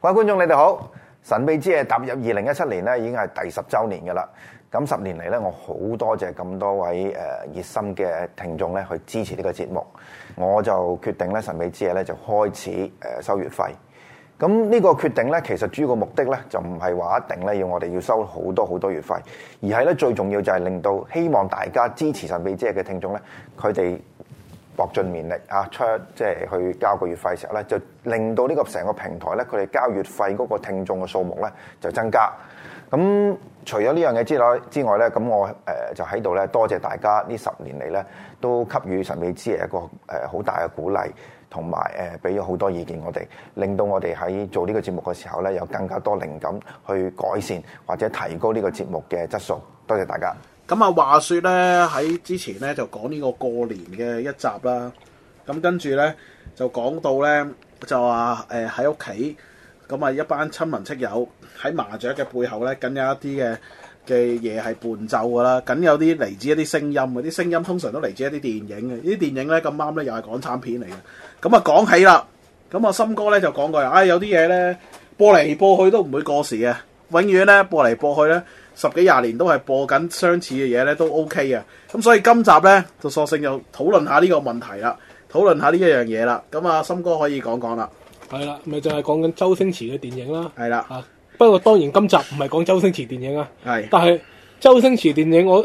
各位觀眾，你哋好！神秘之夜踏入二零一七年咧，已經係第十週年嘅啦。咁十年嚟咧，我好多謝咁多位誒呃熱心嘅聽眾咧，去支持呢個節目。我就決定咧，神秘之夜咧就開始誒收月費。咁呢個決定咧，其實主要個目的咧，就唔係話一定咧要我哋要收好多好多月費，而係咧最重要就係令到希望大家支持神秘之夜嘅聽眾咧，佢哋搏盡綿力啊，出即係去交個月費嘅時候咧，就令到呢個成個平台咧，佢哋交月費嗰個聽眾嘅數目咧就增加。咁除咗呢樣嘢之外之外咧，咁我誒就喺度咧多謝大家呢十年嚟咧都給予神秘之夜一個誒好大嘅鼓勵，同埋誒俾咗好多意見我哋，令到我哋喺做呢個節目嘅時候咧有更加多靈感去改善或者提高呢個節目嘅質素。多謝大家。咁啊，話說咧喺之前咧就講呢個過年嘅一集啦，咁跟住咧就講到咧就話誒喺屋企，咁啊一班親民戚友喺麻雀嘅背後咧，梗有一啲嘅嘅嘢係伴奏噶啦，梗有啲嚟自一啲聲音嘅，啲聲音通常都嚟自一啲電影嘅，呢啲電影咧咁啱咧又係港產片嚟嘅，咁啊講起啦，咁啊森哥咧就講過，唉、有啲嘢咧播嚟播去都唔會過時嘅。永遠咧播嚟播去咧，十幾廿年都係播緊相似嘅嘢咧，都 OK 嘅。咁所以今集咧就索性就討論下呢個問題啦，討論下呢一樣嘢啦。咁啊，森哥可以講講啦，係啦，咪就係講緊周星馳嘅電影啦。係啦，啊，不過當然今集唔係講周星馳電影啊，係但係周星馳電影我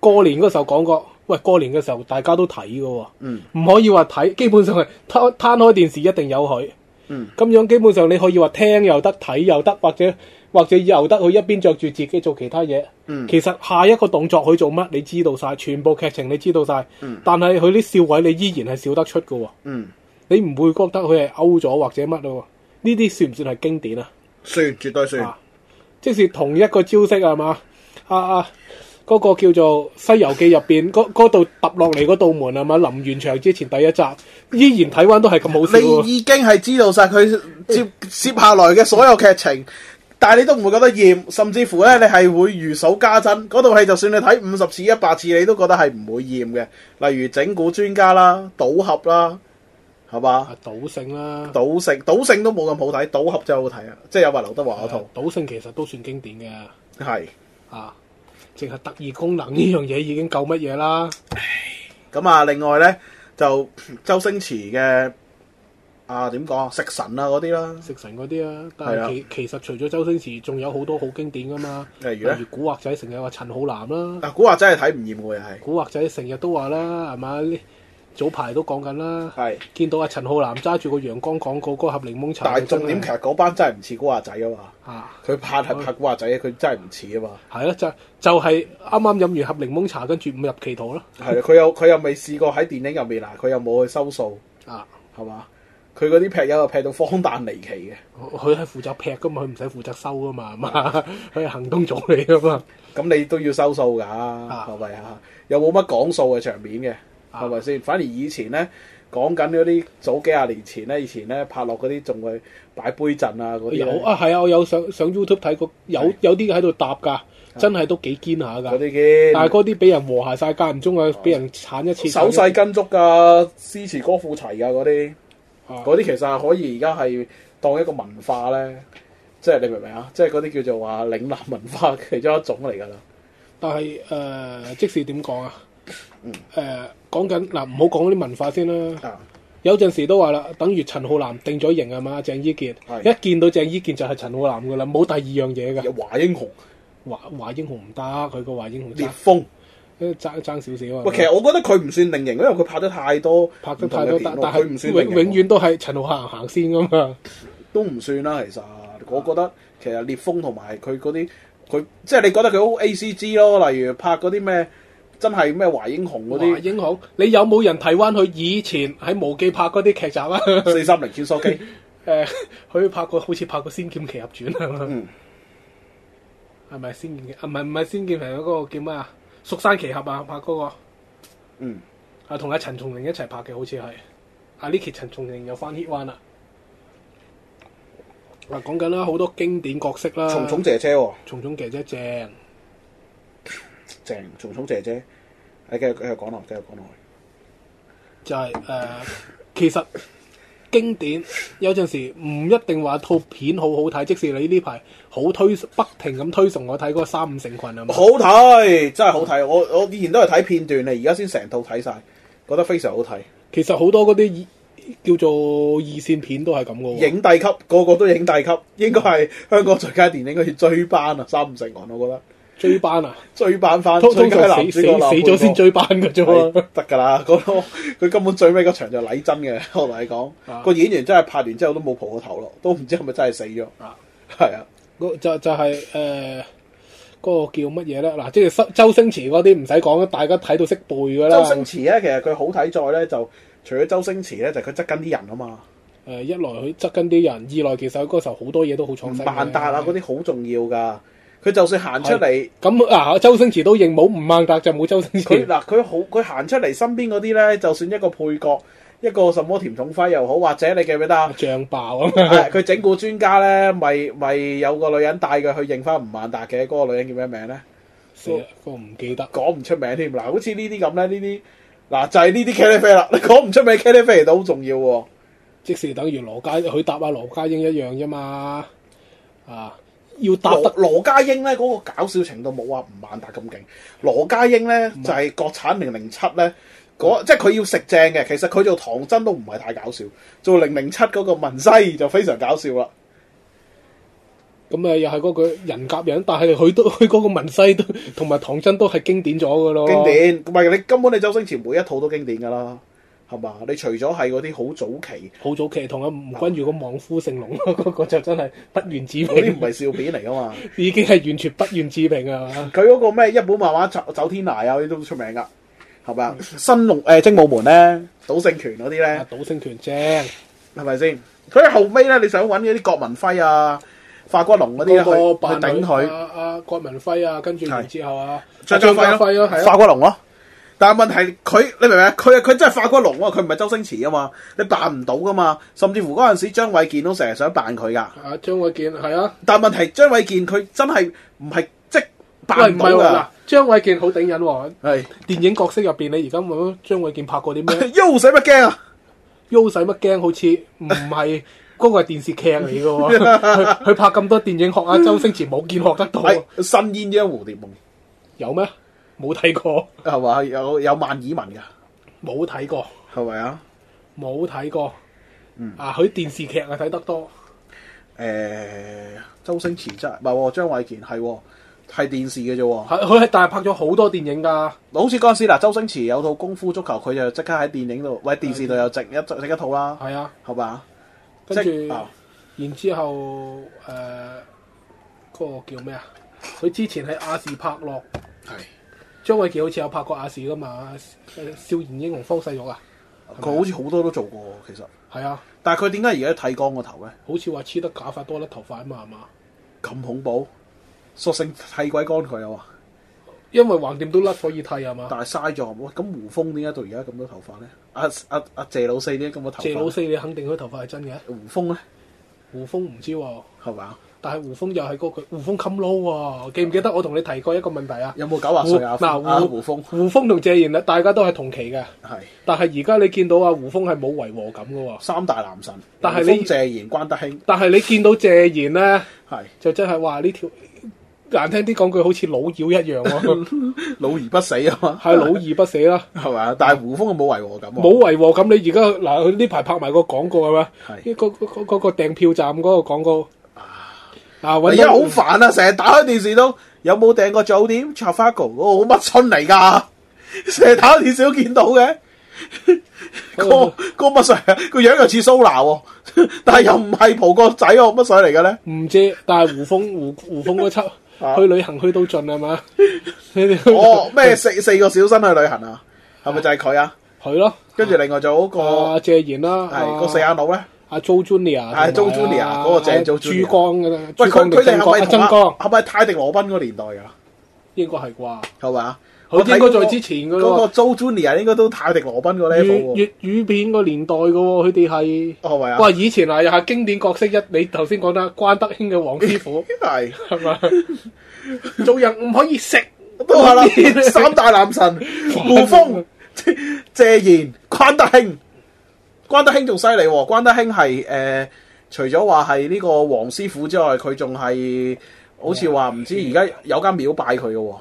過年嗰時候講過，喂，過年嘅時候大家都睇嘅喎，嗯唔可以話睇，基本上係攤攤開電視一定有佢。嗯，咁樣基本上你可以話聽又得，睇又得，或者或者又得，佢一邊着住自己做其他嘢。嗯其實下一個動作佢做乜，你知道晒，全部劇情你知道晒。嗯但係佢啲笑位你依然係笑得出嘅喎，嗯，你唔會覺得佢係勾咗或者乜咯喎？呢啲算唔算係經典啊？算絕對算啊，即是同一個招式係嘛？啊啊，嗰、個叫做《西遊記》入邊嗰嗰度揼落嚟嗰道門啊係嘛？臨完場之前第一集，依然睇翻都係咁好笑啊喎你已經係知道晒佢接接下來嘅所有劇情。但係你都唔會覺得厭，甚至乎咧，你係會如數家珍。嗰套戲就算你睇五十次、一百次，你都覺得係唔會厭嘅。例如整蠱專家啦、賭俠啦，係嘛？啊，賭聖啦。賭聖賭聖都冇咁好睇，賭俠真係好睇啊！即係有埋劉德華嗰誒套，賭聖其實都算經典嘅，係啊，淨係特異功能呢樣嘢已經夠乜嘢啦？咁啊。另外咧就 周星馳嘅啊點講啊，食神啊嗰啲啦，食神嗰啲啊，但係啊係其其實除咗周星馳，仲有好多好經典噶嘛，例例如咧如古惑仔成日話陳浩南啦，啊古惑真係睇唔厭嘅又係古惑仔成日都話啦，係嘛？呢早排都講緊啦，係，見到阿陳浩南揸住個陽光廣告嗰盒檸檬茶但就係真係，重點其實嗰班真係唔似古惑仔啊嘛，啊，佢拍係拍古惑仔，佢真係唔似啊嘛，係咯，就就係啱啱飲完盒檸檬茶，跟住誤入歧途啦，係啊佢又佢又未試過喺電影入面嗱，啊佢又冇去收數啊，係嘛，佢嗰啲劈友又劈到荒誕離奇嘅。佢係負責劈噶嘛，佢唔使負責收噶嘛，係嘛？嗯佢係行動組嚟噶嘛。咁你都要收數㗎，係咪啊？又冇乜講數嘅場面嘅，啊係咪先？反而以前咧講緊嗰啲早幾廿年前咧，以前咧拍落嗰啲仲會擺杯陣啊嗰啲有呢，啊，係啊，我有上上 YouTube 睇過，有有啲喺度搭噶，真係都幾堅下啊嗰噶。啲嘅但係嗰啲俾人和諧晒，間唔中啊俾人鏟一次。手勢跟足啊㗎，詩詞歌賦齊㗎嗰啲，啊嗰啲其實係可以而家係當一個文化咧，即係你明唔明啊？即係嗰啲叫做話嶺南文化其中一種嚟㗎啦。但係誒、呃即使點講啊？誒講緊嗱，唔好講嗰啲文化先啦。啊，有陣時都話啦，等於陳浩南定咗型啊嘛，鄭伊健係一見到鄭伊健就係陳浩南噶啦，冇第二樣嘢有噶。華英雄、華華英雄唔得，佢個華英雄烈爭風。爭爭少少啊。喂，其實我覺得佢唔算定型，因為佢拍得太多拍得太唔同多，嘅但片但喎佢唔係算定永型永喎遠都係陳浩南行先噶嘛。都唔算啦。其實我覺得其實烈風同埋佢嗰啲，佢即係你覺得佢好 A C G 咯。例如拍嗰啲咩真係咩華英雄嗰哇！啲英雄，你有冇人睇翻佢以前喺無記拍嗰啲劇集啊？四三零穿梭 機，誒，佢拍過好似拍過《仙劍奇俠傳》啊，嗯，係咪《仙劍奇》啊？唔係唔係《仙劍奇俠》嗰個叫咩啊？《蜀山奇俠》啊，拍嗰個嗯啊，同阿陳松伶一齊拍嘅，好似係啊。呢期陳松伶又翻 hit 灣啦。嗱，講緊啦，好多經典角色啦，蟲蟲姐姐喎，蟲蟲姐姐正，正蟲蟲姐姐。你繼續繼續講落，繼續講落去。就係誒，其實經典有陣時唔一定話套片好好睇，即使你呢排好推不停咁推崇我睇嗰個三五成群啊嘛，好睇，真係好睇。我我以前都係睇片段嚟，而家先成套睇晒，覺得非常好睇。其實好多嗰啲叫做二線片都係咁嘅喎。影帝級，個個都影帝級，應該係香港最佳電影嗰次追班啊，三五成群，我覺得追班啊，追班翻通最通佳常男死主死死角男配角咗先追班嘅啫係。喎得㗎啦。嗰個佢根本最尾嗰場就禮真嘅， 我同你啊講，個演員真係拍完之後都冇蒲個頭咯，都唔知係咪真係死咗。啊係啊，嗰就就係誒嗰個叫乜嘢咧？嗱，即係周周星馳嗰啲唔使講，大家睇到識背㗎啦。周星馳咧，其實佢好睇在咧就。除咗周星馳咧，就佢側跟啲人啊嘛，誒呃一來佢側跟啲人，二來其實佢嗰時候好多嘢都好創新嘅。萬達啊嗰啲好重要㗎。佢就算行出嚟，咁啊，周星馳都認冇，吳孟達就冇周星佢馳。嗱佢好佢行出嚟身邊嗰啲咧，就算一個配角，一個什麼甜筒輝又好，或者你記唔記得 啊？醬爆 啊 嘛！係佢整蠱專家咧，咪咪有個女人帶佢去認翻吳萬達嘅，嗰、個女人叫咩名咧？死啦，嗰個唔記得。講唔出名添。嗱，好似呢啲咁咧，呢啲嗱就係呢啲茄喱啡啦。你 講唔出名茄喱啡都好重要喎。即是等於羅家，佢答阿羅家英一樣啫嘛。啊，要答羅得羅家英咧嗰、個搞笑程度冇啊吳萬達咁勁。羅家英咧就係、國產零零七咧。嗰即係佢要食正嘅，其實佢做唐僧都唔係太搞笑，做零零七嗰個文西就非常搞笑啦。咁啊，又係嗰句人夾人，但係佢都 佢嗰個文西都同埋唐真都係經典咗嘅咯。經典，唔係你根本你周星馳每一套都經典㗎啦，係嘛？你除咗係嗰啲好早期好早期同阿吳君如個望夫成龍 嗰個就真係不願置嗰啲唔評，係笑片嚟㗎嘛，已經係完全不願置評啊 嘛！佢嗰個咩一本漫畫走走天涯啊，嗰啲都出名㗎，係咪啊？新龍誒精武門咧，賭聖拳嗰啲啊咧，賭聖權正係咪先？佢後尾咧，你想揾嗰啲郭文輝啊、化骨龍嗰啲咧嗰去個去扮頂佢，啊啊郭文輝啊，跟住然係之後啊張張家輝家輝咯，咯，係啊化骨龍咯。但係問題佢，你明唔明啊？佢佢真係化骨龍喎，佢唔係周星馳啊嘛，你扮唔到㗎嘛。甚至乎嗰陣時張衛健都成日想扮佢㗎。啊張衛健係啊，但問題張衛健佢真係唔係即喂扮唔唔係到喎嗱噶，，張衛健好頂癮喎，係電影角色入邊你而家冇張衛健拍過啲 咩？又使乜驚啊？喐使乜驚？好似唔係。嗰個係電視劇嚟嘅喎，佢佢拍咁多電影學啊，周星馳冇見學得到，係新煙呢蝴蝶夢有咩？冇睇過，係嘛？有有萬綺雯噶冇睇過。係咪啊？冇睇過。啊，佢電視劇啊睇得多，誒、呃周星馳真係唔係喎，張衛健係喎，係電視嘅啫喎。係佢係但係拍咗好多電影㗎。好似嗰陣時嗱，周星馳有套功夫足球，佢就即刻喺電影度，喂電視度有整一整一套啦，係啊，係嘛？跟住即啊然之後誒嗰、個叫咩啊？佢之前喺亞視拍落，係張衛健好似有拍過亞視㗎嘛？誒少年英雄方世玉啊，佢好似好多都做過喎，其實。係啊，但係佢點解而家剃光個頭咧？好似話黐得假髮多甩頭髮啊嘛，係嘛？咁恐怖，索性剃鬼乾佢啊嘛！因為橫掂都甩可以剃係啊嘛？但係嘥咗，哇！咁胡楓點解到而家咁多頭髮咧？阿阿阿謝老四點解咁多頭髮？謝老四你肯定佢頭髮係真嘅，胡楓咧胡風唔知喎、係嘛？但係胡風又係嗰句胡風襟撈喎，記唔記得我同你提過一個問題啊？有冇九啊歲啊？嗱胡阿胡楓胡風同謝賢啦，啊大家都係同期嘅，係但係而家你見到阿胡風係冇違和感嘅喎，三大男神，但係胡你楓謝賢、關德興但係你見到謝賢咧，係就真係話呢條難聽啲講句好似老妖一 樣喎，老而不死啊嘛， 係老而不死啦，係嘛？但係胡楓冇違和感喎，冇違和感。你而家嗱，佢呢排拍埋個廣告係咪？係嗰嗰嗰嗰個訂票站嗰個廣告啊，而揾家到好煩啊！成日打開電視都有冇訂過早點 t r a f a g o 我哦乜春嚟㗎？ 成日打開電視都見到 嘅。個個乜水啊？個樣又似蘇拿喎， 但係又唔係蒲個仔喎，乜水嚟 嘅咧？唔知，但係胡風胡胡風嗰輯 啊去旅行去到盡 係嘛？你哋哦，咩四四個小生去旅行啊？係咪就係佢啊？係咯，跟住另外仲有嗰個阿謝賢啦，哦係啊個四眼佬咧。阿 Jo Junior，啊係 Jo Junior，嗰個就係 Jo 珠 Junior 江嘅，喂，珠佢江佢定哋係咪同曾江？啊曾啊江係咪泰迪羅賓嗰個年代㗎？應該係啩？係咪啊？佢應該在之前噶嗰個咯 Joe Junior 應該都泰迪羅賓個喎，粵 level 喎，粵語片個年代噶喎，佢哋係係咪啊？哇以前啊又係經典角色一，你頭先講得關德興嘅黃師 傅係係咪？做人唔可以食，都係啦， 三大男神胡風、謝賢、關德興。關德興仲犀利喎，關德興係誒，除咗話係呢個黃師傅之外，佢仲係好似話唔知而家有間廟拜佢嘅喎。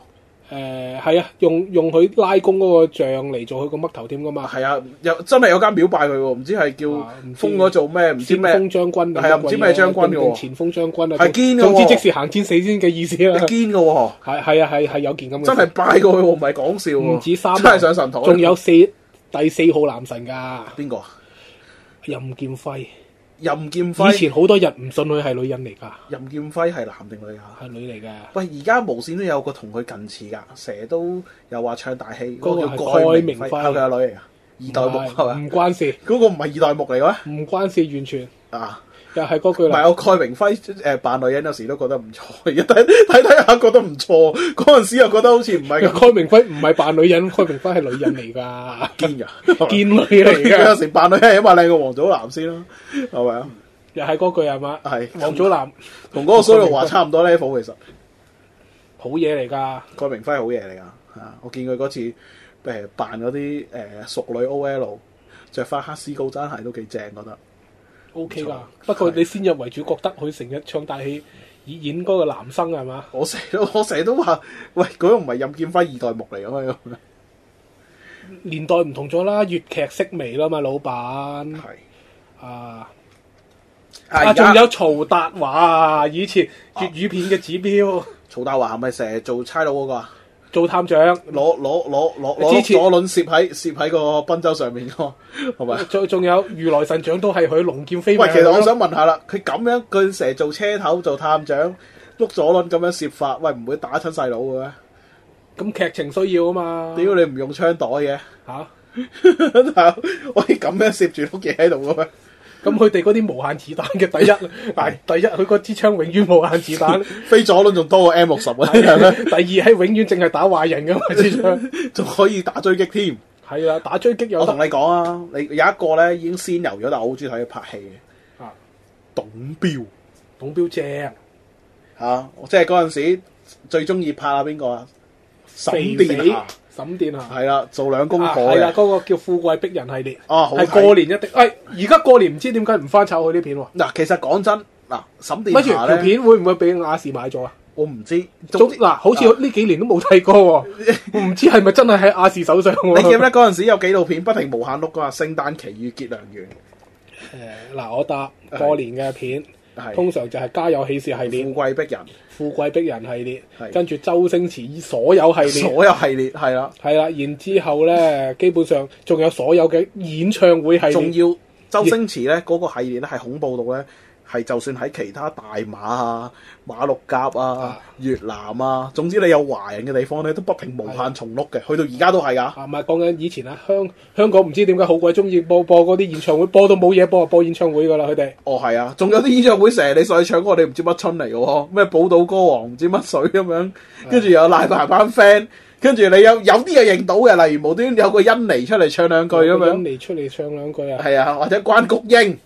誒係啊，用用佢拉弓嗰個像嚟做佢個嘜頭添噶嘛，係啊，有真係有間廟拜佢喎，唔知係啊叫唔知封咗做咩，唔知先咩，鋒將軍定係啊唔知咩將軍嘅喎定前鋒將軍啊，係堅嘅喎總之即時行天死先嘅意思你啦。堅嘅喎，係係啊係係有件咁嘅事，真係拜過佢喎，唔係講笑喎，唔止三真係上神啊台，仲有四第四號男神㗎，邊個啊？任劍輝。任劍以輝，前好多人唔信佢係女人嚟㗎，任劍輝係男定女啊？係女嚟㗎。喂，而家無線都有個同佢近似噶，成日都又話唱大戲，嗰、嗰個個係叫蓋明蓋明輝輝，係佢阿女嚟噶，二代目係唔咪？關事，嗰個唔係二代目嚟嘅咩？唔關事，完全啊，又係嗰句唔係啦。我蓋明輝誒、扮女人有時都覺得唔錯，而家睇 睇睇下覺得唔錯，嗰陣時又覺得好似唔 係咁蓋明輝唔係扮女人， 蓋明輝係女人嚟㗎，堅 噶，堅女嚟佢 有㗎。時扮女人起碼靚過王祖藍先啦，係咪啊？又係嗰句係嘛？係王祖藍同嗰個蘇玉華差唔多 level 其實。好嘢嚟㗎，蓋明輝好嘢嚟噶，啊！我見佢嗰次誒、呃扮嗰啲誒熟女 OL，着翻黑絲高踭鞋都幾正，覺得 O K 㗎冇錯。不過你先入為主，覺得佢成日唱大戲演演嗰個男生係嘛？我成日都 我成日都話，喂，嗰個唔係任劍輝二代目嚟噶嘛？嗯年代唔同咗啦，粵劇式微啦嘛，老闆係啊，啊。啊，仲仲有有曹達華啊，以前粵語片嘅指標，曹達華係咪成日做差佬嗰個啊？做探長。攞攞攞攞攞之前左輪攝喺攝喺個賓州上面嗰個，係 咪？仲仲有如來神掌都係佢龍劍飛喂，命其實我想問下啦，佢咁樣佢成日做車頭做探長，碌左輪咁樣攝法，喂唔會打親細佬嘅咩？咁劇情需要啊嘛。屌你唔用槍袋嘅！嚇！ 可以咁樣攝住碌嘢喺度嘅咩？咁佢哋嗰啲無限子彈嘅第一，係 第一佢嗰支槍永遠無限子彈，飛左輪仲多過 M 六十嗰啲 係啊咩？第二係永遠淨係打壞人噶嘛支槍。仲可以打追擊添。係啦，打狙擊我有同得你講啊，你有一個咧已經仙遊咗，但我好中意睇佢拍戲嘅啊。董彪董彪正，嚇、啊我即係嗰陣時最中意拍啊邊個啊？沈肥殿霞肥沈殿霞。係啦，做兩公啊，婆係啦，嘅。嗰個叫富貴逼人系列，啊好睇係過年一定。誒，而家過年唔知點解唔翻炒佢啲片喎？嗱、其實講真，嗱、沈乜殿住霞條咧，片會唔會俾亞視買咗啊？我唔知。總總之嗱，好似啊呢幾年都冇睇 過喎，唔知係咪真係喺亞視手上你記 唔記喎？得嗰陣時有紀錄片不停無限碌噶嘛？聖誕奇遇結良緣誒嗱，我答過年嘅片，係通常就係家有喜事系富列、貴逼人。富貴逼人系列，係跟住周星馳所有系列，所有系列係啦，係啦，然之後咧，基本上仲有所有嘅演唱會系仲列，要周星馳咧嗰個系列咧係恐怖到咧，係就算喺其他大馬啊、馬六甲啊啊、越南啊，總之你有華人嘅地方咧，都不停無限重碌嘅，去到而家都係噶。啊，唔係講緊以前啊，香香港唔知點解好鬼中意播播嗰啲演唱會，播到冇嘢播啊，播演唱會噶啦，佢哋哦，係啊，仲有啲演唱會成日你上去唱歌，我哋唔知乜春嚟嘅喎，咩寶島歌王唔知乜水咁樣，跟住又賴埋班 friend，跟住你有有啲又認到嘅，例如無端端有個欣妮出嚟唱兩句咁樣，嚟出嚟唱兩句啊，係啊，或者關菊英，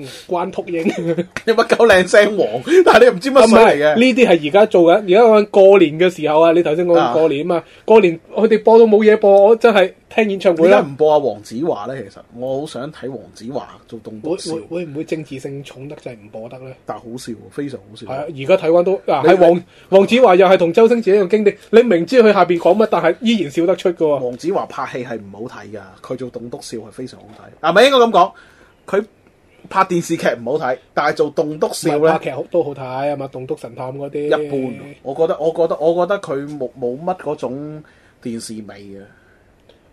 嗯關禿英。你乜狗靚聲王，但係你唔知啊乜唔水嚟係嘅。呢啲係而家做緊，而家講緊過年嘅時候啊，你頭先講緊過年啊嘛，過年佢哋播到冇嘢播，我真係聽演唱會點解啦。唔播阿黃子華咧？其實我好想睇黃子華做棟篤會會笑，會唔會政治性重得滯唔播得咧？但係好笑喎，非常好笑係。啊，而家睇翻都嗱，係嗯你黃黃子華又係同周星馳一樣經典，你明知佢下邊講乜，但係依然笑得出嘅喎。黃子華拍戲係唔好睇㗎，佢做棟篤笑係非常好睇。啊，咪應該咁講，佢拍電視劇唔好睇，但係做棟篤笑文化咧劇都好睇啊嘛，《棟篤神探》嗰啲一般。我覺得，我覺得，我覺得佢冇冇乜嗰種電視味嘅。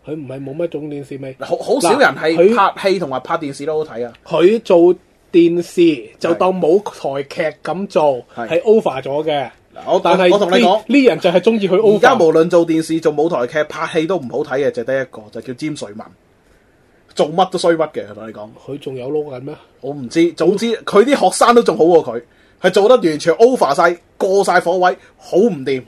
佢唔係冇乜種電視味，好好少人係嗱拍戲同埋拍電視都好睇啊！佢做電視就當舞台劇咁做，係係 over 咗嘅。嗱我但係我我同你呢講，呢人就係中意佢 over。而家無論做電視、做舞台劇、拍戲都唔好睇嘅，就得一個，就叫詹瑞文。做乜都衰乜嘅，同你講。佢仲有撈緊咩？我唔知，總之佢啲學生都仲好過佢，係做得完全 over 晒，過晒火位，好唔掂，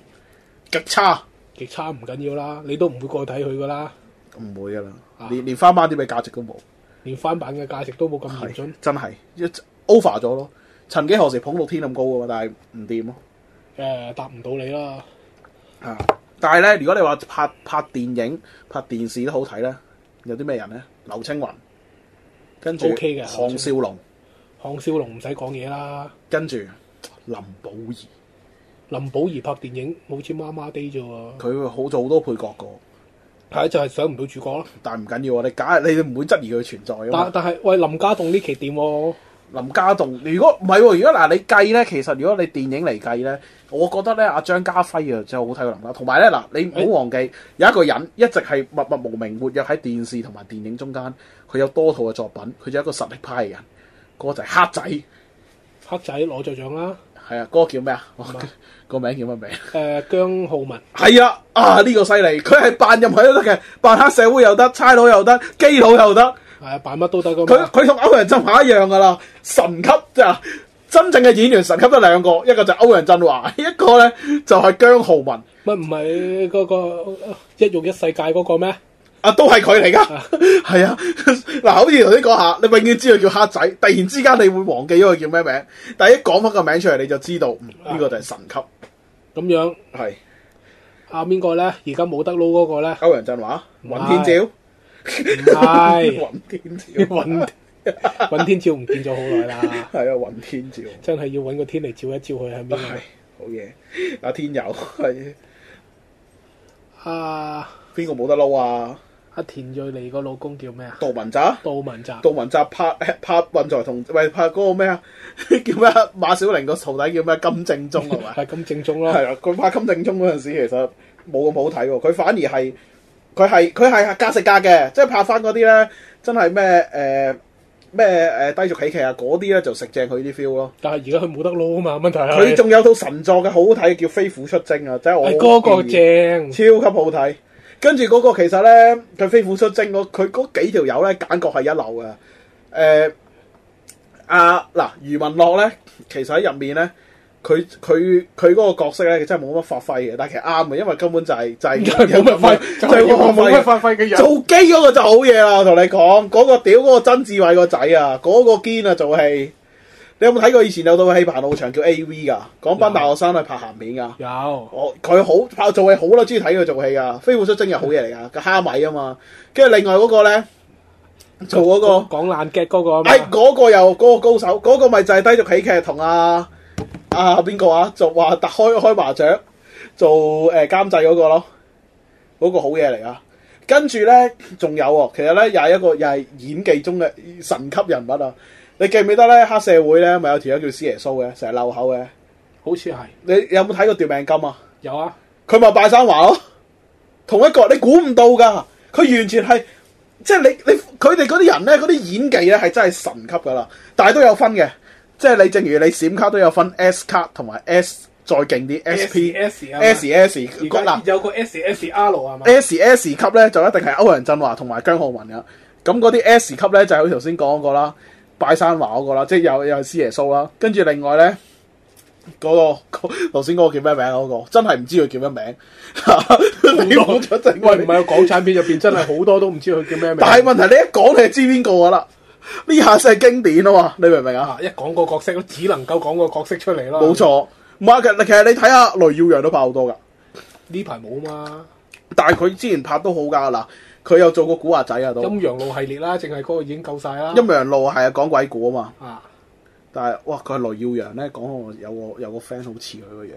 極差，極差唔緊要啦，你都唔會過去睇佢噶啦，唔會噶啦啊，連連翻班啲咩價值都冇，連翻版嘅價值都冇咁嚴係峻。真係一 over 咗咯。曾幾何時捧到天咁高噶嘛，但係唔掂咯。誒、答唔到你啦。啊！但係咧，如果你話拍拍電影、拍電視都好睇咧，有啲咩人咧？劉青雲跟住 OK 嘅項少龍，項少龍唔使講嘢啦，跟住林保怡，林保怡拍電影好似麻麻地啫喎，佢好做好多配角個，係就係上唔到主角咯。但係唔緊要啊！你假你唔會質疑佢存在㗎但嘛？但係喂林家棟呢期點喎？林家棟，如果唔係喎，如果嗱你計咧，其實如果你電影嚟計咧，我覺得咧阿張家輝啊真係好睇過林家，同埋咧嗱你唔好忘記有一個人一直係默默無名活躍喺電視同埋電影中間，佢有多套嘅作品，佢就係一個實力派嘅人，嗰、個就係黑仔，黑仔攞咗獎啦，係啊，嗰、個叫咩啊？個名叫乜名？誒、姜浩文係啊，啊呢、個犀利，佢係扮任何都得嘅，扮黑社會又得，差佬又得，基佬又得。係啊，扮乜都得噶佢嘛。佢同歐陽震華一樣噶啦，神級咋？真正嘅演員神級得兩個，一個就係歐陽震華， 一個咧就係姜浩文。乜唔係嗰個一玉一世界嗰個咩？啊，都係佢嚟噶，係啊！ 嗱，好似頭先講下，你永遠知道叫黑仔，突然之間你會忘記咗佢叫咩名，但係一講翻個名出嚟，你就知道，嗯，呢、個就係神級，咁樣 係啊邊個咧？而家冇得撈嗰個咧？歐陽震華、尹天照、唔 係尹天照、揾揾天照唔見咗好耐啦，係啊，尹天照。真係要揾個天嚟照一照佢喺邊係好嘢，阿天佑係啊！啊邊個冇得撈啊？阿田蕊妮個老公叫咩啊？杜汶澤，杜汶澤。杜汶澤拍拍運財同喂拍嗰個咩啊？ 叫咩啊？馬小玲個徒弟叫咩？金正宗係咪？係咁正宗咯，係啊，佢拍金正宗嗰陣時，其實冇咁好睇喎。佢反而係佢係佢係價食價嘅，即係拍翻嗰啲咧，真係咩誒咩誒低俗喜劇啊嗰啲咧，就食正佢啲 feel 咯。但係而家佢冇得撈啊嘛，問題係佢仲有套神作嘅好好睇，叫《飛虎出征》啊，即係我係嗰好個建議正，超級好睇。跟住嗰個其實咧，佢飛虎出征嗰佢嗰幾條友咧，感覺係一流嘅。誒、啊嗱，余文樂咧，其實喺入面咧，佢佢佢嗰個角色咧，真係冇乜發揮嘅。但係其實啱嘅，因為根本就係、就 係、係冇乜揮，就就係係冇乜冇發揮乜。發揮嘅人。做機嗰個就好嘢啦，我同你講，嗰、個屌嗰、個曾志偉個仔啊，嗰、個堅啊做戲。你有冇睇過以前有套戲彭浩翔叫 A.V. 噶，講班大學生去拍鹹片噶？有我佢好拍做戲好啦，中意睇佢做戲噶，《飛虎出征》又好嘢嚟噶，個蝦米啊嘛。跟住另外嗰個咧，做嗰、個，講爛 get 嗰個啊哎嘛，嗰、個又嗰、個高手，嗰、個咪就係低俗喜劇同阿阿邊個啊，就話特開開麻雀做誒、呃、監製嗰個咯，嗰、個好嘢嚟噶。跟住咧，仲有喎、其實咧又係一個又係演技中嘅神級人物啊！你記唔記得咧黑社會咧咪有條友叫師爺蘇嘅，成日漏口嘅？好似係你有冇睇過奪命金啊？有啊，佢咪拜山華咯，同一個你估唔到噶，佢完全係即係你你佢哋嗰啲人咧，嗰啲演技咧係真係神級噶啦，但係都有分嘅，即係你正如你閃卡都有分 S 卡同埋 S 再勁啲 SP S 啊嘛 S E S 而家嗱有個 S S R 係嘛？ S S 級咧就一定係歐陽震華同埋姜浩文噶，咁嗰啲 S 級咧就係好似頭先講嗰個啦，拜山華嗰個啦，即係又又係師爺蘇啦，跟住另外咧。嗰、個嗰頭先嗰個叫咩名啊？嗰、個真係唔知佢叫咩名， 你講咗真喂，唔係港產片入邊真係好多都唔知佢叫咩名。但係問題你一講你就知邊個噶啦，呢下先係經典啊嘛，你明唔明啊？啊，一講個角色都只能夠講個角色出嚟咯。冇，錯，唔係其實其實你睇下雷耀陽都拍好多噶，呢排冇嘛。但係佢之前拍都好噶嗱，佢有做過古惑仔啊都，陰陽路系列啦，淨係嗰個已經夠晒啦。陰陽路係啊講鬼故啊嘛，啊，但係哇佢係雷耀陽咧講我有個有個 friend 好似佢個樣，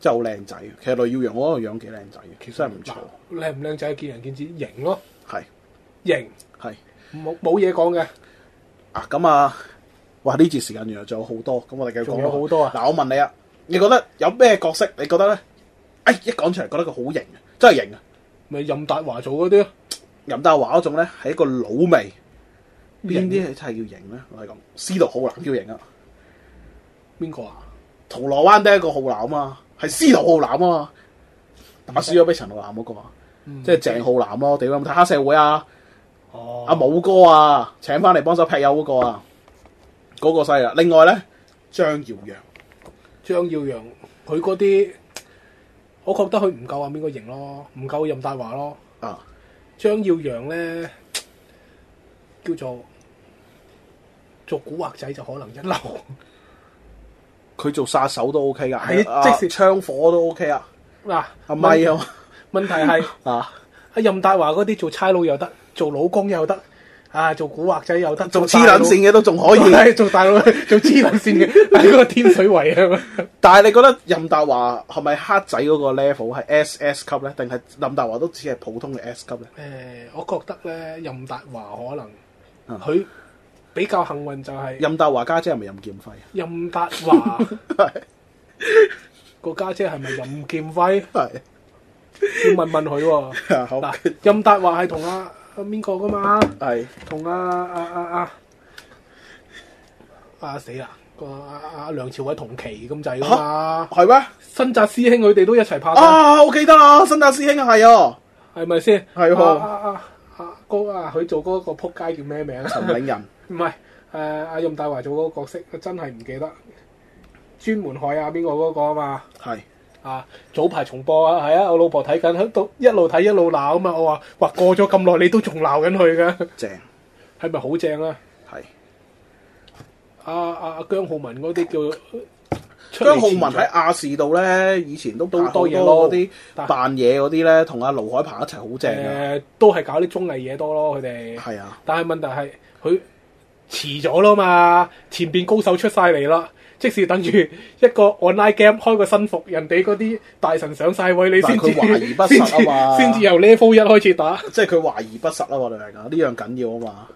真係好靚仔。其實雷耀陽我覺得個樣幾靚仔嘅，其實係唔錯嗱，靚唔靚仔見仁見智，型咯，係型係冇冇嘢講嘅。啊咁啊，哇呢節時間原來仲有好多，咁我哋繼續仲講有落去好多啊嗱，我問你啊，你覺得有咩角色？你覺得咧？哎，一講出嚟覺得佢好型啊，真係型啊！咪任達華做嗰啲咯，任達華嗰種咧係一個老味，邊啲係真係叫型咧？我係咁，司徒浩南叫型啊，邊個啊？銅鑼灣得一個浩南啊，係司徒浩南啊，打輸咗俾陳浩南嗰個啊，即係鄭浩南啊咯。屌有冇睇黑社會啊？哦，阿武哥啊，請翻嚟幫手劈友嗰個啊，嗰、個犀利啊。另外咧，張耀揚。張耀揚佢嗰啲，我覺得佢唔夠阿邊個型咯，唔夠任達華咯。啊，張耀揚咧叫做做古惑仔就可能一流，佢做殺手都 OK 噶，係啊啊即使槍火都 OK 啊，嗱，阿咪啊問問題係 嘛啊，阿任達華嗰啲做差佬又得，做老公又得，啊做古惑仔又得，做黐撚線嘅都仲可 可以。以做大佬，做黐撚 線嘅喺個天水圍啊！但係你覺得任達華係咪黑仔嗰個 level 係 S S 級咧，定係任達華都只係普通嘅 S 級咧？誒、我覺得咧，任達華可能嗯佢、比較幸運就係任達華家姐係咪任劍輝？啊 任達 華係個家姐係咪任劍輝？係要問問佢喎。啊 好嗱，任達華係同阿阿邊個噶嘛？係同阿阿阿阿阿死啦！個阿阿阿梁朝偉同期咁滯噶嘛？係咩？新澤師兄佢哋都一齊拍檔，啊，我記得啦，新達師兄係啊，係咪先？係喎啊啊啊啊哥啊！佢做嗰個撲街叫咩名啊？陳永仁唔係誒阿任大華做嗰個角色，我真係唔記得。專門害啊邊個嗰個啊嘛係啊！早排重播啊，係啊，我老婆睇緊，喺度一路睇一路鬧啊嘛。我話：哇，過咗咁耐，你都仲鬧緊佢嘅，正係咪好正啊？係。阿阿阿啊姜浩文嗰啲叫出嚟張浩文前喺亞視度咧，以前都都拍好多多嘢嘢咯咯，啲但扮嘢嗰啲咧，同阿盧海鵬一齊好正啊！誒都係搞啲綜藝嘢多咯，佢哋。係啊，但係問題係佢遲咗啦嘛，前邊高手出晒嚟啦，即是等住一個 online game 開個新服，人哋嗰啲大神上晒位，你先至但係佢懷疑不實啊嘛先至先至由 level 一開始打，即係佢懷疑不實啊！我哋明啊，呢樣緊要啊嘛。